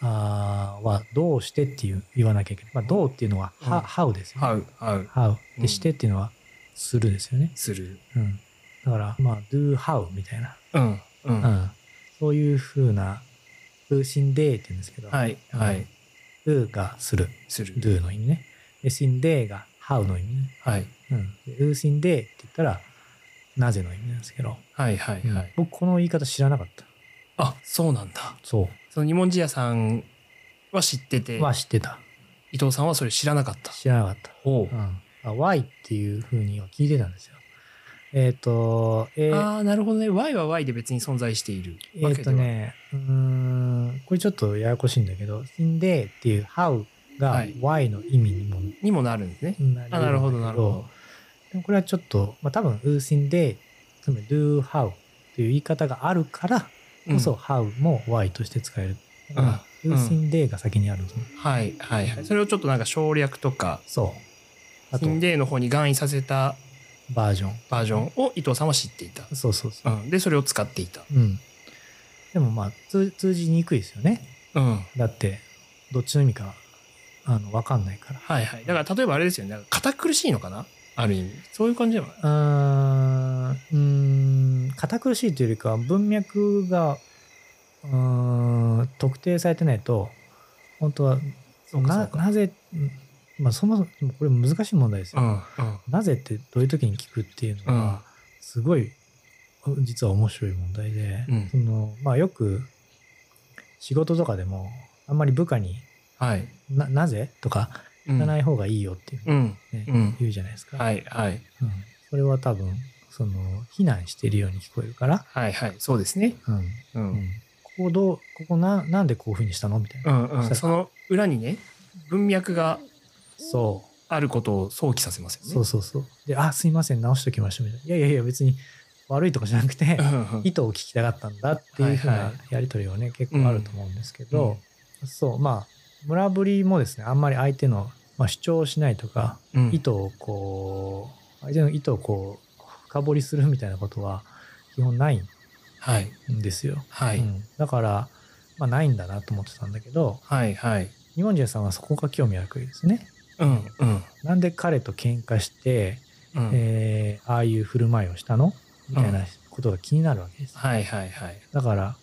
Speaker 2: あーは、どうしてっていう言わなきゃいけない。まあ、どうっていうのは、
Speaker 1: うん
Speaker 2: は、how ですよね。
Speaker 1: はうはう
Speaker 2: how。
Speaker 1: うん
Speaker 2: で、してっていうのは、するですよね。
Speaker 1: する
Speaker 2: うん。だから、まあ、do how みたいな。
Speaker 1: うんうん
Speaker 2: うん。そういうふうな、風神でって言うんですけど、
Speaker 1: はいはい。
Speaker 2: do がする。
Speaker 1: する
Speaker 2: do の意味ね。で、sin day が how の意味ね。
Speaker 1: はい
Speaker 2: うん。で、do sin day って言ったら、なぜの意味なんですけど、
Speaker 1: はいはいはい
Speaker 2: 僕、この言い方知らなかった。
Speaker 1: あそうなんだ
Speaker 2: そう。
Speaker 1: その二文字屋さんは知ってて
Speaker 2: は知ってた。
Speaker 1: 伊藤さんはそれ知らなかった
Speaker 2: 知らなかった。
Speaker 1: ほ
Speaker 2: うん。あ Y っていうふうには聞いてたんですよ。えっ、と、えー
Speaker 1: ああなるほどね Y は Y で別に存在している
Speaker 2: え
Speaker 1: わ
Speaker 2: ー
Speaker 1: けで
Speaker 2: と
Speaker 1: は、
Speaker 2: ね、うーん、これちょっとややこしいんだけど、in day っていう how
Speaker 1: は
Speaker 2: が
Speaker 1: い
Speaker 2: Y の意味にも
Speaker 1: にもなるんですね
Speaker 2: なりうるんだけ
Speaker 1: あなるほどなるほど。
Speaker 2: でもこれはちょっと、まあ多分、in day、つまり do how という言い方があるからこそ、
Speaker 1: うん
Speaker 2: how も Y として使える。だから、
Speaker 1: うんうん
Speaker 2: in day が先にあるんですね。
Speaker 1: はいはいはいそれをちょっとなんか省略とか
Speaker 2: そう。あと
Speaker 1: イ、ンデーの方に含意させた
Speaker 2: バージョン。
Speaker 1: バージョンを伊藤さんは知っていた、
Speaker 2: そうそうそう。
Speaker 1: うん、でそれを使っていた
Speaker 2: うん。でもまあ通通じにくいですよね。
Speaker 1: うん
Speaker 2: だってどっちの意味かあの分かんないから。
Speaker 1: はいはいだから例えばあれですよねなんか堅苦しいのかなある意味そういう感じじゃないう
Speaker 2: ーんうーん堅苦しいというよりかは文脈がうーん特定されてないと本当は
Speaker 1: そうかそう
Speaker 2: な
Speaker 1: か
Speaker 2: なぜ、まあ、そもそもこれ難しい問題ですよ。
Speaker 1: んうん
Speaker 2: なぜってどういう時に聞くっていうの
Speaker 1: う
Speaker 2: が、
Speaker 1: ん
Speaker 2: すごい実は面白い問題で、
Speaker 1: うん
Speaker 2: そのまあ、よく仕事とかでもあんまり部下に
Speaker 1: はい
Speaker 2: 「ななぜ?」とか
Speaker 1: う
Speaker 2: 聞
Speaker 1: ん
Speaker 2: かない方がいいよっていうふう
Speaker 1: うん
Speaker 2: にね、
Speaker 1: うん
Speaker 2: 言うじゃないですか、
Speaker 1: はいはい
Speaker 2: うんそれは多分その非難してるように聞こえるから、
Speaker 1: はいはいそうですね
Speaker 2: うん
Speaker 1: う
Speaker 2: うんんここどうここななんでこういうふうにしたのみたいな、
Speaker 1: うんうんその裏にね文脈が
Speaker 2: そう
Speaker 1: あることを想起させますよね
Speaker 2: そうそうそうで「あすいません直しておきました」みたいな「いやいやいや別に悪いとかじゃなくて」
Speaker 1: うんうん
Speaker 2: 意図を聞きたかったんだっていうふう
Speaker 1: はいは
Speaker 2: ないやり取りはね、結構あると思うんですけど、そうまあ村ぶりもですねあんまり相手の、まあ、主張をしないとか、
Speaker 1: うん
Speaker 2: 意図をこう相手の意図をこう深掘りするみたいなことは基本ない
Speaker 1: はい
Speaker 2: んですよ、
Speaker 1: はい、
Speaker 2: うんだから、まあ、ないんだなと思ってたんだけど
Speaker 1: はいはい
Speaker 2: 日本人さんはそこが興味あるくらいですね。
Speaker 1: うんうん
Speaker 2: なんで彼と喧嘩して、
Speaker 1: うん
Speaker 2: えーああいう振る舞いをしたのみたいなことが気になるわけです。
Speaker 1: はいはいはい
Speaker 2: だから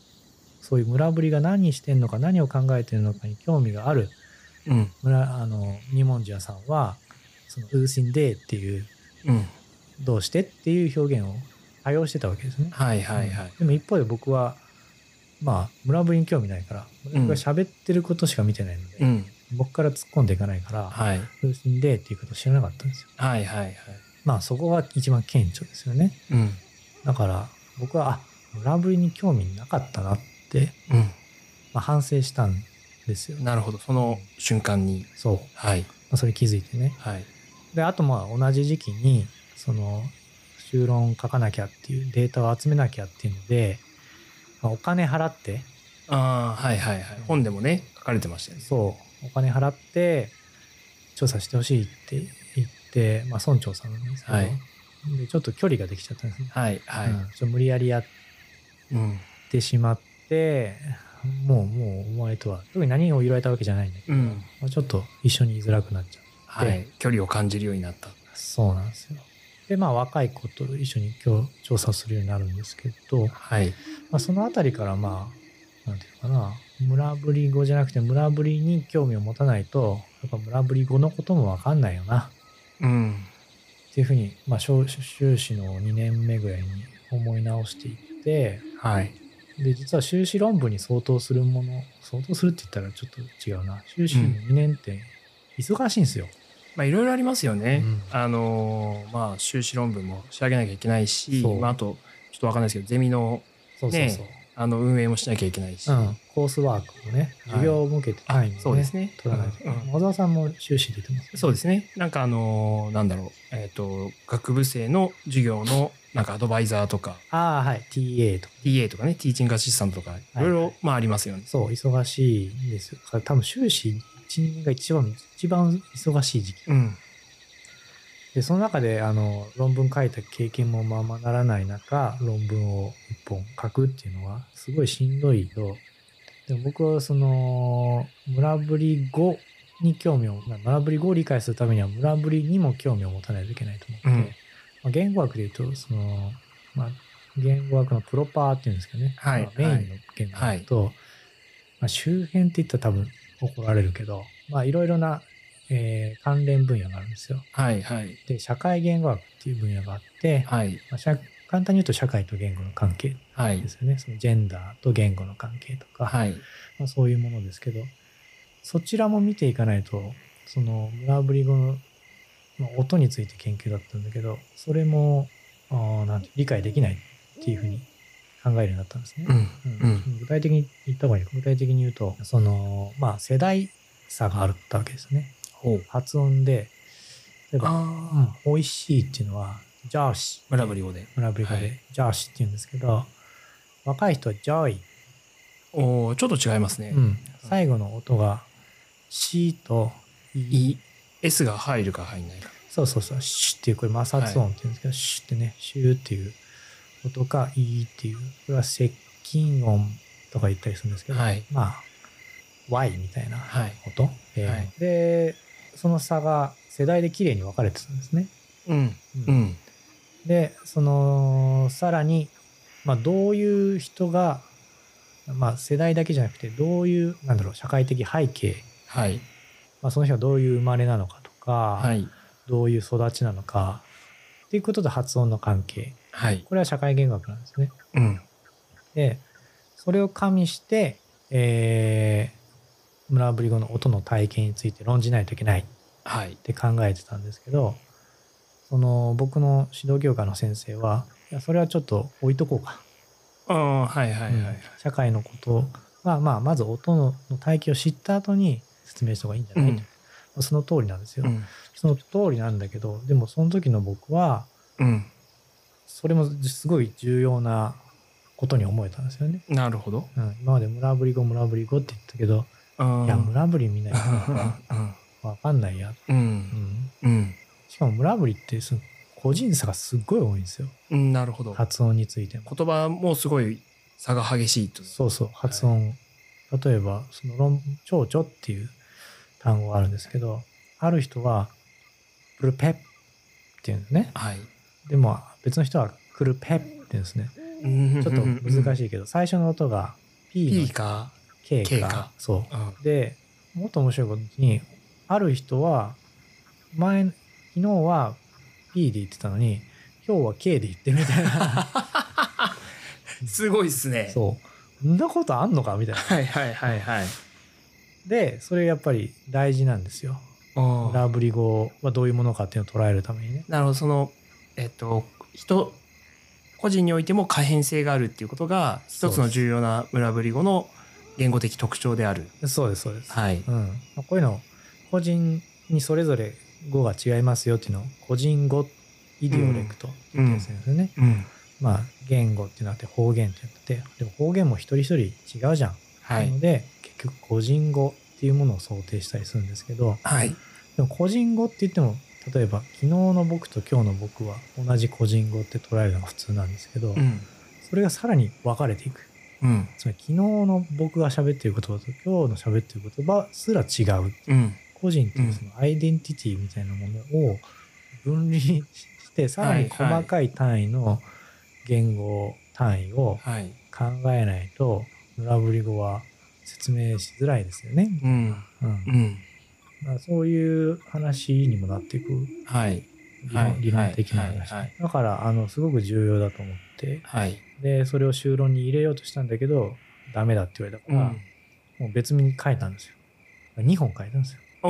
Speaker 2: そういう村ぶりが何してんのか何を考えてるのかに興味がある
Speaker 1: うん
Speaker 2: 村あの二文字屋さんはその「ウーシンデー」っていう
Speaker 1: うん
Speaker 2: 「どうして?」っていう表現を多用してたわけですね。
Speaker 1: はいはいはい
Speaker 2: でも一方で僕はまあ村ぶりに興味ないから
Speaker 1: ん
Speaker 2: 僕が喋ってることしか見てないので、
Speaker 1: うん
Speaker 2: 僕から突っ込んでいかないから「
Speaker 1: はい
Speaker 2: ウーシンデー」っていうこと知らなかったんですよ。
Speaker 1: はいはいはい
Speaker 2: まあそこが一番顕著ですよね。
Speaker 1: うん
Speaker 2: だから僕はあ村ぶりに興味なかったなって、まあ、反省したんですよ
Speaker 1: うんなるほどその瞬間に
Speaker 2: そう。ま
Speaker 1: はい
Speaker 2: あ、それ気づいてね。
Speaker 1: はい
Speaker 2: で、あとまあ同じ時期に、その、修論書かなきゃっていうデータを集めなきゃっていうので、まあお金払って、
Speaker 1: ああはいはいはい本でもね書かれてましたよね
Speaker 2: そう、お金払って、調査してほしいって言って、まあ村長さんなんですけど、
Speaker 1: はい
Speaker 2: で、ちょっと距離ができちゃったんですね。
Speaker 1: はいは
Speaker 2: うんちょっと無理やりやっ
Speaker 1: いうん
Speaker 2: てしまって、もうもうお前とは、特に何を言われたわけじゃないんだけど、
Speaker 1: うん
Speaker 2: まあちょっと一緒に居づらくなっちゃう。
Speaker 1: はい距離を感じるようになった
Speaker 2: そうなんですよ。で、まあ若い子と一緒に今日調査をするようになるんですけど、ま
Speaker 1: はい
Speaker 2: あ、そのあたりからまあ、なんていうのかな、村ぶり語じゃなくて村ぶりに興味を持たないと、やっぱ村ぶり語のこともわかんないよな、
Speaker 1: うん。
Speaker 2: っていうふうに、まあ、修修士の2年目ぐらいに思い直していって
Speaker 1: はい。
Speaker 2: で実は修士論文に相当するもの相当するって言ったらちょっと違うな修士の2年って忙しいんですよ。
Speaker 1: まあ、いろいろありますよね。
Speaker 2: うん
Speaker 1: あのーまあ、修士論文も仕上げなきゃいけないし、
Speaker 2: そう
Speaker 1: まあ、あと、ちょっとわかんないですけど、ゼミの、
Speaker 2: そうそうそう。
Speaker 1: あの、運営もしなきゃいけないし。
Speaker 2: うん、コースワークもね授業を向けて単位
Speaker 1: そ
Speaker 2: も
Speaker 1: う
Speaker 2: ね、
Speaker 1: ですね。
Speaker 2: 取らないと、
Speaker 1: うん
Speaker 2: 小沢さんも修士出てますよね、
Speaker 1: そうですね。なんかあのーなんだろう。えっ、と、学部生の授業の、なんかアドバイザーとか、
Speaker 2: ああはい TA とか
Speaker 1: TA とかね、ティーチングアシスタントとか、いろいろ、まあありますよね。
Speaker 2: そう忙しいんですよだから多分修士1年が一番一番忙しい時期
Speaker 1: うん。
Speaker 2: でその中であの論文書いた経験もままならない中論文を1本書くっていうのはすごいしんどいとでも僕はその村ぶり5に興味をまあ村ぶり5を理解するためには村ぶりにも興味を持たないといけないと思って、
Speaker 1: うん
Speaker 2: まあ、言語学で言うとその、まあ、言語学のプロパーっていうんですけどね、
Speaker 1: はい
Speaker 2: まあメインの言語学と、まあ、周辺って言ったら多分怒られるけどまあいろいろな、えー関連分野があるんですよ。
Speaker 1: はいはい。
Speaker 2: で社会言語学っていう分野があって、
Speaker 1: はい。
Speaker 2: まあ、社簡単に言うと社会と言語の関係
Speaker 1: は
Speaker 2: で
Speaker 1: い。
Speaker 2: すよねそのジェンダーと言語の関係とか、
Speaker 1: はい。
Speaker 2: まあ、そういうものですけどそちらも見ていかないとその村ぶり語の、まあ、音について研究だったんだけどそれもあーなんて理解できないっていうふうに考えるようになったんですね。
Speaker 1: うん。
Speaker 2: うん具体的に言った方がいいのか具体的に言うとその、まあ、世代差があったわけですよね。
Speaker 1: ほう。
Speaker 2: 発音で例えば
Speaker 1: ああ。
Speaker 2: うん、美味しいっていうのは、ジャーシ、
Speaker 1: 村ぶり語で。
Speaker 2: 村ぶり語
Speaker 1: は
Speaker 2: で
Speaker 1: い、
Speaker 2: ジャーシって言うんですけど、若い人はジャイ、
Speaker 1: おおちょっと違いますね。
Speaker 2: うん、最後の音が、シとイ、
Speaker 1: い S が入るか入んないか。
Speaker 2: そうそうそう、シュっていう、これ摩擦音って言うんですけど、シュってね、シューっていう音か、イっていう、これは接近音とか言ったりするんですけど、
Speaker 1: はい
Speaker 2: まあ、Y みたいな
Speaker 1: はい。
Speaker 2: 音、えー
Speaker 1: はい
Speaker 2: で、その差が世代で綺麗に分かれてたんですね。
Speaker 1: うん。うん。
Speaker 2: でそのさらに、まあ、どういう人が、まあ、世代だけじゃなくてどういうなんだろう社会的背景、
Speaker 1: はい。
Speaker 2: まあ、その人がどういう生まれなのかとか、
Speaker 1: はい。
Speaker 2: どういう育ちなのかっていうことと発音の関係
Speaker 1: はい。
Speaker 2: これは社会言語学なんですね。
Speaker 1: うん。
Speaker 2: でそれを加味して、えー、村ぶり語の音の体験について論じないといけない
Speaker 1: はい
Speaker 2: っ。て考えてたんですけどその僕の指導教科の先生はいやそれはちょっと置いとこうか、
Speaker 1: ああ、はいはいはい。
Speaker 2: うん社会のことは、まあ、まず音の体系を知った後に説明した方がいいんじゃ
Speaker 1: う
Speaker 2: ない、
Speaker 1: ん。
Speaker 2: その通りなんですよ、
Speaker 1: うん。
Speaker 2: その通りなんだけどでもその時の僕は
Speaker 1: うん。
Speaker 2: それもすごい重要なことに思えたんですよね、
Speaker 1: なるほど。
Speaker 2: うん、今まで村ぶり語村ぶり語って言ったけど、
Speaker 1: うん
Speaker 2: いや村ぶりみんなわかんないや、
Speaker 1: う。
Speaker 2: うんん、
Speaker 1: うん。
Speaker 2: しかも村ぶりってその個人差がすっごい多いんですよ
Speaker 1: うん。なるほど。
Speaker 2: 発音についても
Speaker 1: 言葉もすごい差が激しいと。
Speaker 2: そうそう発音、例えばその論「蝶々」っていう単語があるんですけどある人は「プルペッ」っていうんですね
Speaker 1: はい。
Speaker 2: でも別の人は「クルペッ」って言うんですね
Speaker 1: ち
Speaker 2: ちょ
Speaker 1: ょ
Speaker 2: っと難
Speaker 1: い。
Speaker 2: しいけど最初の音が「P」
Speaker 1: い
Speaker 2: の
Speaker 1: いか。
Speaker 2: 「K」
Speaker 1: K
Speaker 2: か
Speaker 1: か
Speaker 2: そ
Speaker 1: うん。
Speaker 2: うでもっと面白いことにある人は前昨日は「P」で言ってたのに今日は「K」で言ってるみたいな
Speaker 1: すごいっすね。
Speaker 2: そうそんなことあんのかみたいな
Speaker 1: はいはいはいはい。
Speaker 2: でそれやっぱり大事なんですよ
Speaker 1: うん
Speaker 2: ラブリ語はどういうものかっていうのを捉えるためにね
Speaker 1: なるほどそのえっと人個人においても可変性があるっていうことが
Speaker 2: そう
Speaker 1: 一
Speaker 2: です
Speaker 1: つの重要な村ぶり語の言語的特徴である。
Speaker 2: そうですそうです、
Speaker 1: はい。
Speaker 2: うんまあ、こういうのを個人にそれぞれ語が違いますよっていうのを個人語イデオレクトってやつですよね、
Speaker 1: うん。
Speaker 2: まあ言語っていうのはあって方言ってなってでも方言も一人一人違うじゃん、
Speaker 1: は
Speaker 2: ないの。で結局個人語っていうものを想定したりするんですけど
Speaker 1: はい。
Speaker 2: でも個人語って言っても例えば昨日の僕と今日の僕は同じ個人語って捉えるのが普通なんですけ
Speaker 1: う
Speaker 2: ど、
Speaker 1: ん。
Speaker 2: それがさらに分かれていく。
Speaker 1: うん。
Speaker 2: つまり昨日の僕が喋ってる言葉と今日の喋ってる言葉すら違う。
Speaker 1: うん。
Speaker 2: 個人っていうそのアイデンティティみたいなものを分離して、さらに細かい単位の言語単位を
Speaker 1: はい。
Speaker 2: 考えないと、村ぶり語は説明しづらいですよね。
Speaker 1: うん。
Speaker 2: う
Speaker 1: う
Speaker 2: ん
Speaker 1: ん。
Speaker 2: まあそういう話にもなっていく
Speaker 1: はい。
Speaker 2: 理論,、理論的な話、
Speaker 1: はい。
Speaker 2: だからあのすごく重要だと思って
Speaker 1: はい。
Speaker 2: でそれを修論に入れようとしたんだけどダメだって言われたから、もう別に書いたんですよ2本書いたんですよ
Speaker 1: お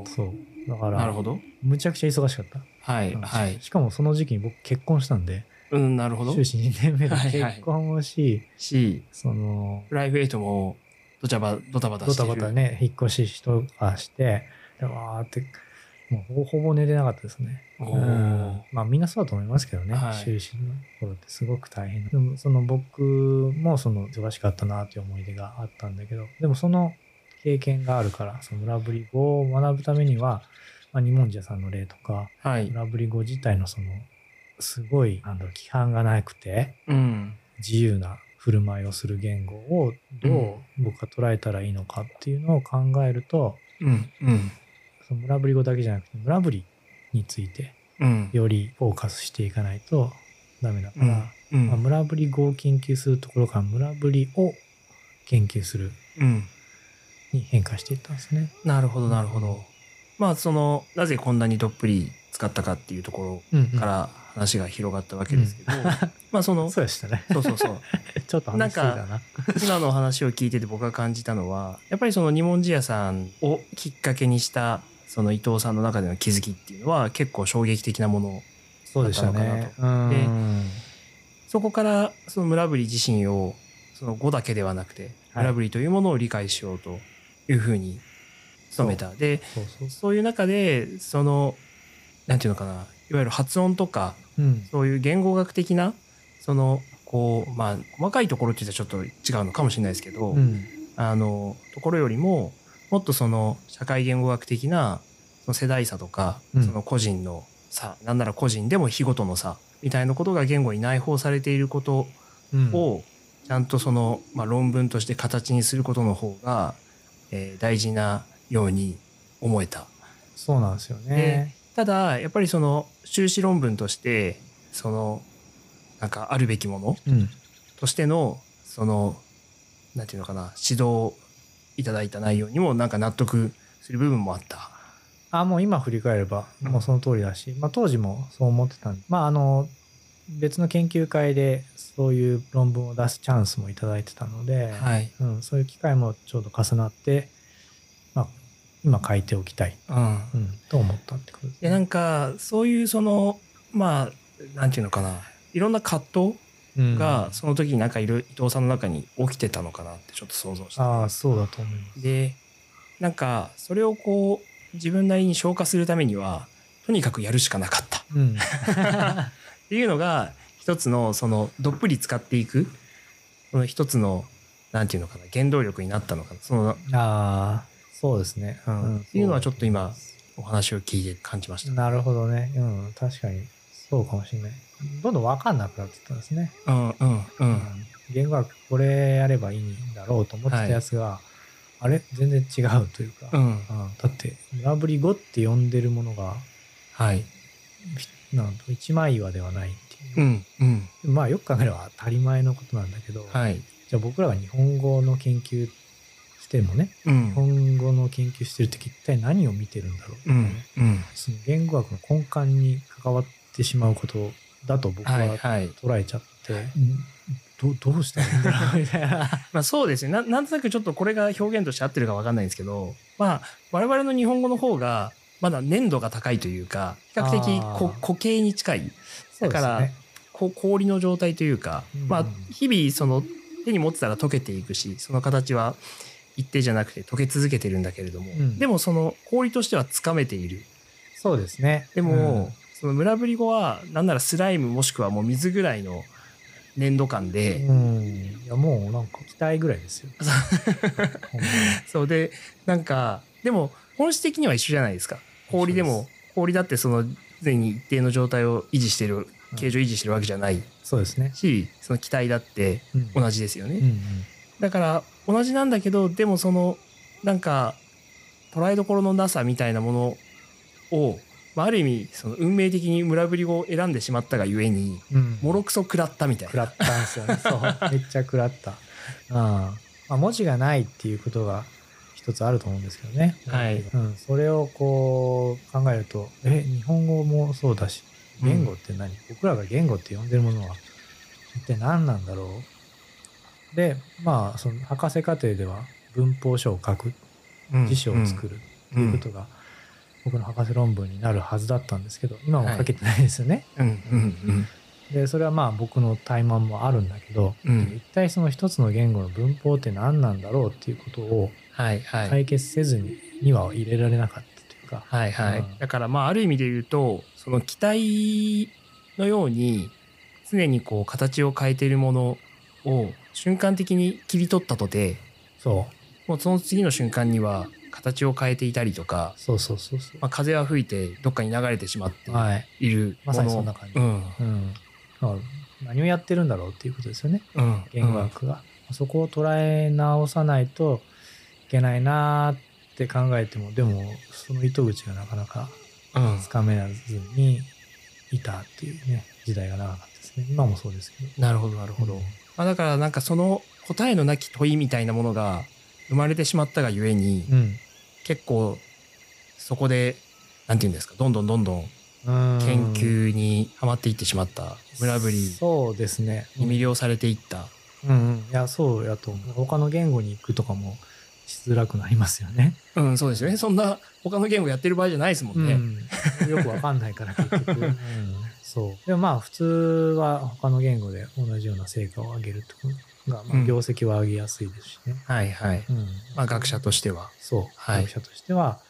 Speaker 1: おー。
Speaker 2: そうだか
Speaker 1: なる
Speaker 2: ら
Speaker 1: ほど。
Speaker 2: むちゃくちゃ忙しかった、
Speaker 1: はい。
Speaker 2: うん
Speaker 1: はい。
Speaker 2: しかもその時期に僕結婚したんで
Speaker 1: うん、なるほど
Speaker 2: 終。始2年目で
Speaker 1: はいはい
Speaker 2: 結婚をし、
Speaker 1: し、
Speaker 2: その
Speaker 1: プライベートも、ドタバ、ドタバタ
Speaker 2: ド
Speaker 1: して
Speaker 2: タ
Speaker 1: る。
Speaker 2: バタね引っ越し人がしてでわーってもうほぼほぼ寝れなかったですね
Speaker 1: おー
Speaker 2: うんまあみんなそうだと思いますけどね、
Speaker 1: はい
Speaker 2: 終始の頃ってすごく大変でもその僕もその忙しかったなという思い出があったんだけどでもその経験があるからその村ぶり語を学ぶためには、まあ、二文字屋さんの例とか
Speaker 1: はい。
Speaker 2: 村ぶり語自体のそのすごいなんだろう規範がなくて
Speaker 1: うん。
Speaker 2: 自由な振る舞いをする言語をどう僕が捉えたらいいのかっていうのを考えると、
Speaker 1: うん。うん。
Speaker 2: その村ぶり語だけじゃなくて村ぶりについて
Speaker 1: うん。
Speaker 2: よりフォーカスしていかないとダメだか
Speaker 1: う
Speaker 2: ら、
Speaker 1: ん。う
Speaker 2: まあ、
Speaker 1: ん。
Speaker 2: 村ぶり語を研究するところから村ぶりを研究する
Speaker 1: うん。
Speaker 2: に変化していったんですね。
Speaker 1: なるほど、なるほど。まあ、その、なぜこんなにどっぷり使ったかっていうとこ
Speaker 2: うん
Speaker 1: ろから話が広がったわけですけど、まあ、 その、
Speaker 2: そうでしたね。
Speaker 1: そうそうそう。
Speaker 2: ちょっと話しすぎたな。
Speaker 1: 今のお話を聞いてて僕が感じたのは、やっぱりその二文字屋さんをきっかけにした、その伊藤さんの中での気づきっていうのは結構衝撃的なもの
Speaker 2: そうでしたね。うん
Speaker 1: そこからその村ぶり自身をその語だけではなくて
Speaker 2: はい
Speaker 1: 村ぶりというものを理解しようというふうに努めた。で
Speaker 2: そうそうそ
Speaker 1: そういう中でそのなんていうのかないわゆる発音とか
Speaker 2: う。うん。
Speaker 1: そういう言語学的なそのこうまあ細かいところって言ったらちょっと違うのかもしれないですけど、
Speaker 2: うん。
Speaker 1: あのところよりももっとその社会言語学的なその世代差とか、
Speaker 2: うん
Speaker 1: その個人の差なんなら個人でも日ごとの差みたいなことが言語に内包されていること
Speaker 2: うん
Speaker 1: をちゃんとその、まあ、論文として形にすることの方が、えー大事なように思えた。
Speaker 2: そうなんですよね。
Speaker 1: ただやっぱりその修士論文としてそのなんかあるべきもの
Speaker 2: うん。
Speaker 1: としてのそのなんていうのかな指導をいただいた内容にもなんか納得する部分もあった。
Speaker 2: あもう今振り返れば
Speaker 1: うん
Speaker 2: もうその通りだし、まあ、当時もそう思ってたんでまああの別の研究会でそういう論文を出すチャンスもいただいてたので、
Speaker 1: はい。
Speaker 2: うん、そういう機会もちょうど重なって、まあ、今書いておきたい、
Speaker 1: うん。
Speaker 2: うん、と思ったってことです、
Speaker 1: でなんかそういうそのまあなんていうのかないろんな葛藤
Speaker 2: うん
Speaker 1: がその時になんかいる伊藤さんの中に起きてたのかなってちょっと想像して。
Speaker 2: ああそうだと思います。
Speaker 1: でなんかそれをこう自分なりに消化するためにはとにかくやるしかなか った。
Speaker 2: う
Speaker 1: っ
Speaker 2: ん、
Speaker 1: ていうのが一つのそのどっぷり使っていくその一つのなんていうのかな原動力になったのかなその
Speaker 2: ああそうですね、うん
Speaker 1: うんっていうのはちょっと今お話を聞いて感じました。
Speaker 2: なるほどね、うん、確かにそうかもしれないどんどん分かんなくなってったんですね
Speaker 1: うんうんうん
Speaker 2: 言語学これやればいいんだろうと思ってたやつが、あれ全然違うというか、
Speaker 1: う
Speaker 2: うん
Speaker 1: ん
Speaker 2: だって村ぶり語って呼んでるものが
Speaker 1: はい
Speaker 2: ひなんと一枚岩ではないっ
Speaker 1: う
Speaker 2: てい
Speaker 1: んうん
Speaker 2: う、まあよく考えれば当たり前のことなんだけど、
Speaker 1: はい
Speaker 2: じゃあ僕らが日本語の研究してもね
Speaker 1: うん
Speaker 2: 日本語の研究してる時一体何を見てるんだろう、
Speaker 1: うんうん
Speaker 2: その言語学の根幹に関わってしまうことだと僕
Speaker 1: はい
Speaker 2: は
Speaker 1: はい
Speaker 2: 捉えちゃって、うんどどうしたらいいんだ ろうみたいな。
Speaker 1: まあそうですねななんとなくちょっとこれが表現として合ってるかわかんないんですけどまあ我々の日本語の方がまだ粘度が高いというか比較的こ
Speaker 2: あー
Speaker 1: 固形に近い
Speaker 2: そうです
Speaker 1: だから
Speaker 2: ね
Speaker 1: こう氷の状態というか、
Speaker 2: うん
Speaker 1: まあ、日々その手に持ってたら溶けていくしその形は一定じゃなくて溶け続けてるんだけれども、
Speaker 2: うん
Speaker 1: でもその氷としてはつかめている
Speaker 2: そうですね。
Speaker 1: でも、その村ぶり語はなんならスライムもしくはもう水ぐらいの粘土感
Speaker 2: う
Speaker 1: で、
Speaker 2: ん、うんいやもうなんか期待ぐらい ですよ。ほんまに
Speaker 1: そうでなんかでも本質的には一緒じゃないですか氷でも氷だってその常に一定の状態を維持してる形状を維持してるわけじゃない
Speaker 2: そうですね。
Speaker 1: しその気体だって
Speaker 2: うん
Speaker 1: 同じですよね。
Speaker 2: うんうん
Speaker 1: だから同じなんだけどでもそのなんか捉えどころのなさみたいなものを、まあ、ある意味その運命的に村ぶり語を選んでしまったがゆえに
Speaker 2: うん
Speaker 1: もろくそ食らったみたい
Speaker 2: 食
Speaker 1: な。
Speaker 2: らったん ですよね。そう。めっちゃ食らった。うんまあ、文字がないっていうことが一一つあると思うんですけどね。
Speaker 1: はい
Speaker 2: うん、それをこう考えると、え、日本語もそうだし、言語って何、僕らが言語って呼んでるものは一体何なんだろうで、まあ、その博士課程では文法書を書く、辞書を作
Speaker 1: る
Speaker 2: るっていうことが僕の博士論文になるはずだったんですけど、今も書けてないですよね。
Speaker 1: うんうん
Speaker 2: で、それはまあ僕の怠慢もあるんだけど、
Speaker 1: うんうん
Speaker 2: 一体その一つの言語の文法って何なんだろうっていうことを
Speaker 1: はいはい
Speaker 2: 解決せずにには入れられなかったというか、
Speaker 1: はいはい、
Speaker 2: うん
Speaker 1: だからまあある意味で言うとその機体のように常にこう形を変えているものを瞬間的に切り取ったとて
Speaker 2: そう
Speaker 1: もうその次の瞬間には形を変えていたりとか、
Speaker 2: そうそうそうそう。
Speaker 1: まあ、風は吹いてどっかに流れてしまって
Speaker 2: はい。
Speaker 1: いるもの、
Speaker 2: まさにそんな感じ
Speaker 1: うん
Speaker 2: うん。まあ何をやってるんだろうっていうことですよね。
Speaker 1: うん
Speaker 2: 言語学が。そこを捉え直さないといけないなーって考えても、でもその糸口がなかなか
Speaker 1: うん
Speaker 2: つかめずにいたっていうね、時代が長かったですね。今もそうですけど。
Speaker 1: なるほどなるほど、
Speaker 2: うん
Speaker 1: まあ、だからなんかその答えのなき問いみたいなものが生まれてしまったがゆえに、
Speaker 2: うん。
Speaker 1: 結構そこでなんて言うんですかどんどんどんどん
Speaker 2: うん
Speaker 1: 研究にハマっていってしまった村ぶり
Speaker 2: そうですね。
Speaker 1: に魅了されていった
Speaker 2: うんうん。いや、そうやと思う。他の言語に行くとかもしづらくなりますよね。
Speaker 1: うんそうですよねそんな他の言語やってる場合じゃないですもんね、
Speaker 2: うん、よくわかんな いから結局、うんそうでもまあ普通は他の言語で同じような成果を上げるってことが、
Speaker 1: う
Speaker 2: まあ、
Speaker 1: ん
Speaker 2: 業績は上げやすいですしね、
Speaker 1: はいはい
Speaker 2: うん
Speaker 1: まあ学者としては
Speaker 2: そう、
Speaker 1: はい
Speaker 2: 学者としては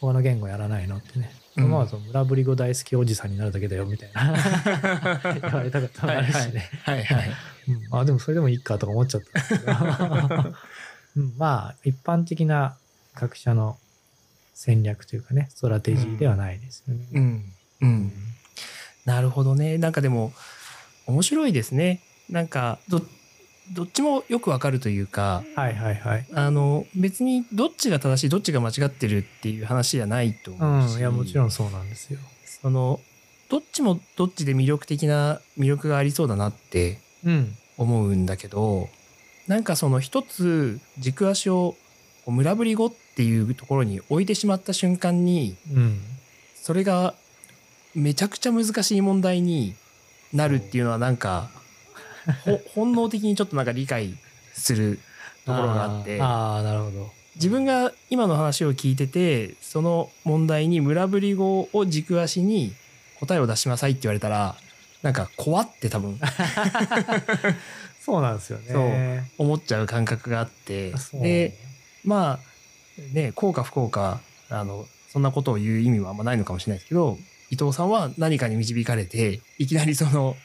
Speaker 2: 他の言語やらないのってね、
Speaker 1: うん
Speaker 2: まあその村ぶり語大好きおじさんになるだけだよみたいな 言われたこともあるしね、
Speaker 1: はいはい
Speaker 2: うんまあでもそれでもいいかとか思っちゃったんですけど うんまあ一般的な学者の戦略というかねストラテジーではないですよね。
Speaker 1: うんうんなるほどねなんかでも面白いですねなんかどどっちもよくわかるというか
Speaker 2: はいはいはい。
Speaker 1: あの別にどっちが正しいどっちが間違ってるっていう話じゃないと
Speaker 2: う、
Speaker 1: 思うんし、
Speaker 2: いやもちろんそうなんですよ。
Speaker 1: そのどっちもどっちで魅力的な魅力がありそうだなって
Speaker 2: うん。
Speaker 1: 思うんだけどなんかその一つ軸足をこう村ぶり語っていうところに置いてしまった瞬間に
Speaker 2: うん。
Speaker 1: それがめちゃくちゃ難しい問題になるっていうのはなん かほ本能的にちょっとなんか理解するところがあって
Speaker 2: あーあー、なるほど。
Speaker 1: 自分が今の話を聞いててその問題に村ぶり語を軸足に答えを出しなさいって言われたらなんか怖って多 分
Speaker 2: そうなんですよね。
Speaker 1: 思っちゃう感覚があって
Speaker 2: そう
Speaker 1: で、まあねこうか不幸かあのそんなことを言う意味はあんまないのかもしれないですけど伊藤さんは何かに導かれていきなりその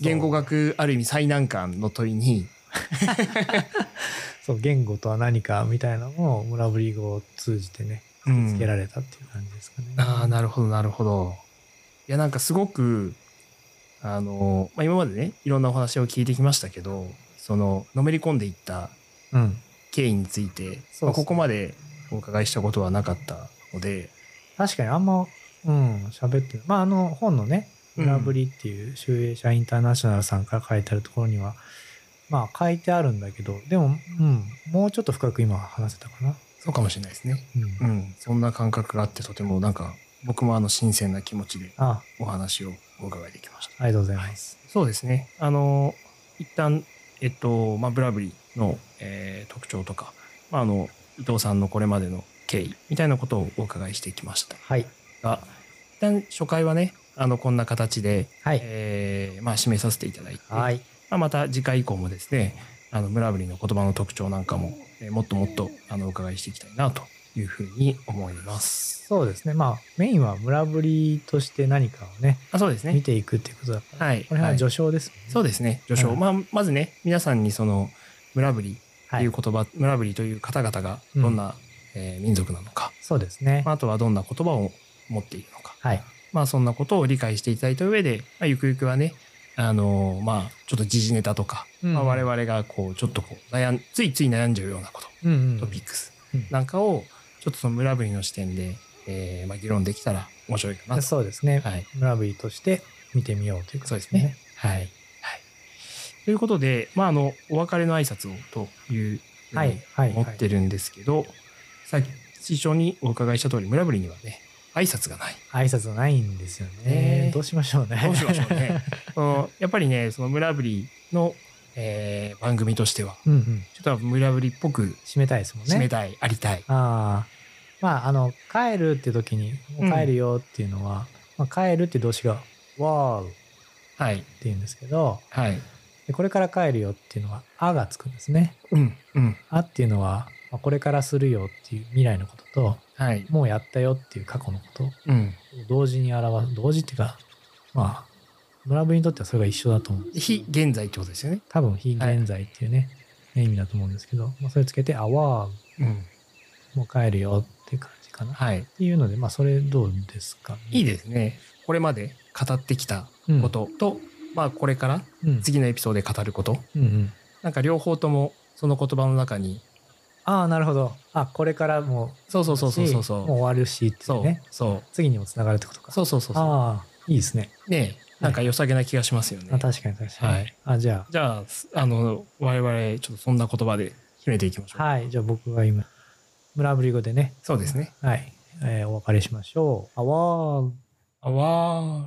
Speaker 1: 言語学ある意味最難関の問いに
Speaker 2: そう、言語とは何かみたいなのを村ぶり語を通じてね、つけられたっていう感じですかね。
Speaker 1: ああ、なるほど、なるほど。いや、なんかすごく、あの、まあ、今までね、いろんなお話を聞いてきましたけど、その、のめり込んでいった
Speaker 2: うん。
Speaker 1: 経緯について、
Speaker 2: そうそう
Speaker 1: まあ、ここまでお伺いしたことはなかったので、
Speaker 2: 確かにあんま、うん、喋ってないまああの本のね、
Speaker 1: うん
Speaker 2: 村ぶりっていう集英社インターナショナルさんから書いてあるところには、まあ書いてあるんだけど、でも、うん、もうちょっと深く今話せたかな。
Speaker 1: そうかもしれないですね。
Speaker 2: うん。
Speaker 1: うん、そんな感覚があって、とてもなんか、僕もあの、新鮮な気持ちで
Speaker 2: あ、
Speaker 1: お話をお伺いできました。
Speaker 2: ありがとうございます。
Speaker 1: そうですね。あの、一旦、えっと、まあ、ブラブリの、えー特徴とか、まあ、あの、伊藤さんのこれまでの経緯みたいなことをお伺いしてきました
Speaker 2: はい。
Speaker 1: が、一旦初回はね、あの、こんな形で、
Speaker 2: はい。
Speaker 1: えーまあ、締めさせていただいて、
Speaker 2: はい。
Speaker 1: まあ、また次回以降もですね、あの、ブラブリの言葉の特徴なんかも、えーもっともっと、あの、お伺いしていきたいなというふうに思います。
Speaker 2: そうですね。まあ、メインは村ぶりとして何かをね、
Speaker 1: あ、そうです
Speaker 2: 見
Speaker 1: ね。
Speaker 2: ていくっていうことだから、
Speaker 1: はい。
Speaker 2: これは
Speaker 1: はい
Speaker 2: 序章ですもんね。
Speaker 1: そうですね、序章。
Speaker 2: うん
Speaker 1: まあ、まずね、皆さんにその、村ぶりと
Speaker 2: は
Speaker 1: いう
Speaker 2: い。
Speaker 1: 言葉、村ぶりという方々がどんな、えー民族なのか、
Speaker 2: そうですね。
Speaker 1: まああとはどんな言葉を持っているのか、
Speaker 2: はい。
Speaker 1: まあ、そんなことを理解していただいた上で、まあ、ゆくゆくはね、あのーまあ、ちょっと時事ネタとか、まあ、我
Speaker 2: 々、
Speaker 1: 々がこうちょっとこう悩んついつい悩んじゃうようなこと、
Speaker 2: うんうん、
Speaker 1: トピックス
Speaker 2: うん
Speaker 1: なんかをちょっとその村ぶりの視点で、えーまあ、議論できたら面白いかなと。
Speaker 2: そうですね。
Speaker 1: はい
Speaker 2: 村ぶりとして見てみようということ
Speaker 1: そうですね。はい。はい。ということで、まあ、あの、お別れの挨拶をというふう
Speaker 2: は
Speaker 1: に
Speaker 2: い。はい。
Speaker 1: 思ってるんですけど、最初にお伺いした通り村ぶりにはね挨拶がない
Speaker 2: 挨拶がないんですよね
Speaker 1: ね。
Speaker 2: どうしましょうね。
Speaker 1: どうしましょう ねそのやっぱりねその村ぶりの、えー番組としては
Speaker 2: うんうん。
Speaker 1: ちょっと村ぶりっぽく
Speaker 2: 締めたいですもんね。
Speaker 1: 締めたい、ありたい
Speaker 2: ああ。まあ、あの、帰るって時に、もう帰るよっていうのは、まあ、帰るって動詞が、わーっ
Speaker 1: はい
Speaker 2: て言うんですけど、
Speaker 1: はい
Speaker 2: でこれから帰るよっていうのは、あがつくんですね。
Speaker 1: うんうん
Speaker 2: あっていうのは、まあこれからするよっていう未来のことと、
Speaker 1: はい
Speaker 2: もうやったよっていう過去のことを
Speaker 1: うん
Speaker 2: 同時に表す。同時っていうか、まあ、村ぶにとってはそれが一緒だと思う。
Speaker 1: 非現在ってことですよね
Speaker 2: 多分、非現在っていうね、意味だと思うんですけど、まあ、それつけて、あわー、
Speaker 1: うん
Speaker 2: もう帰るよって感じかな。
Speaker 1: はい
Speaker 2: っていうので、まあ、それどうですかね。
Speaker 1: いいですねこれまで語ってきたことと、まあこれから
Speaker 2: うん。
Speaker 1: 次のエピソードで語ること
Speaker 2: うんうん。
Speaker 1: なんか両方ともその言葉の中に
Speaker 2: ああ、なるほど。あ、これからも
Speaker 1: そうそう
Speaker 2: う、
Speaker 1: そうそうそうそ
Speaker 2: もう
Speaker 1: う
Speaker 2: 終わるしってい
Speaker 1: そうう
Speaker 2: ね。
Speaker 1: そう
Speaker 2: 次にもつながるってことか。
Speaker 1: そうそうそうそ
Speaker 2: ああ、いいですね。
Speaker 1: うねえなんか良さげな気がしますよね、
Speaker 2: あ確かに確かに。
Speaker 1: はい
Speaker 2: あ、じゃ
Speaker 1: じゃあすあの我々ちょっとそんな言葉で決めていきましょう
Speaker 2: あ、はい。じゃあ僕は今、村ぶり語でね、
Speaker 1: そうですね
Speaker 2: はい。えーお別れしましょう。あわー。
Speaker 1: あわー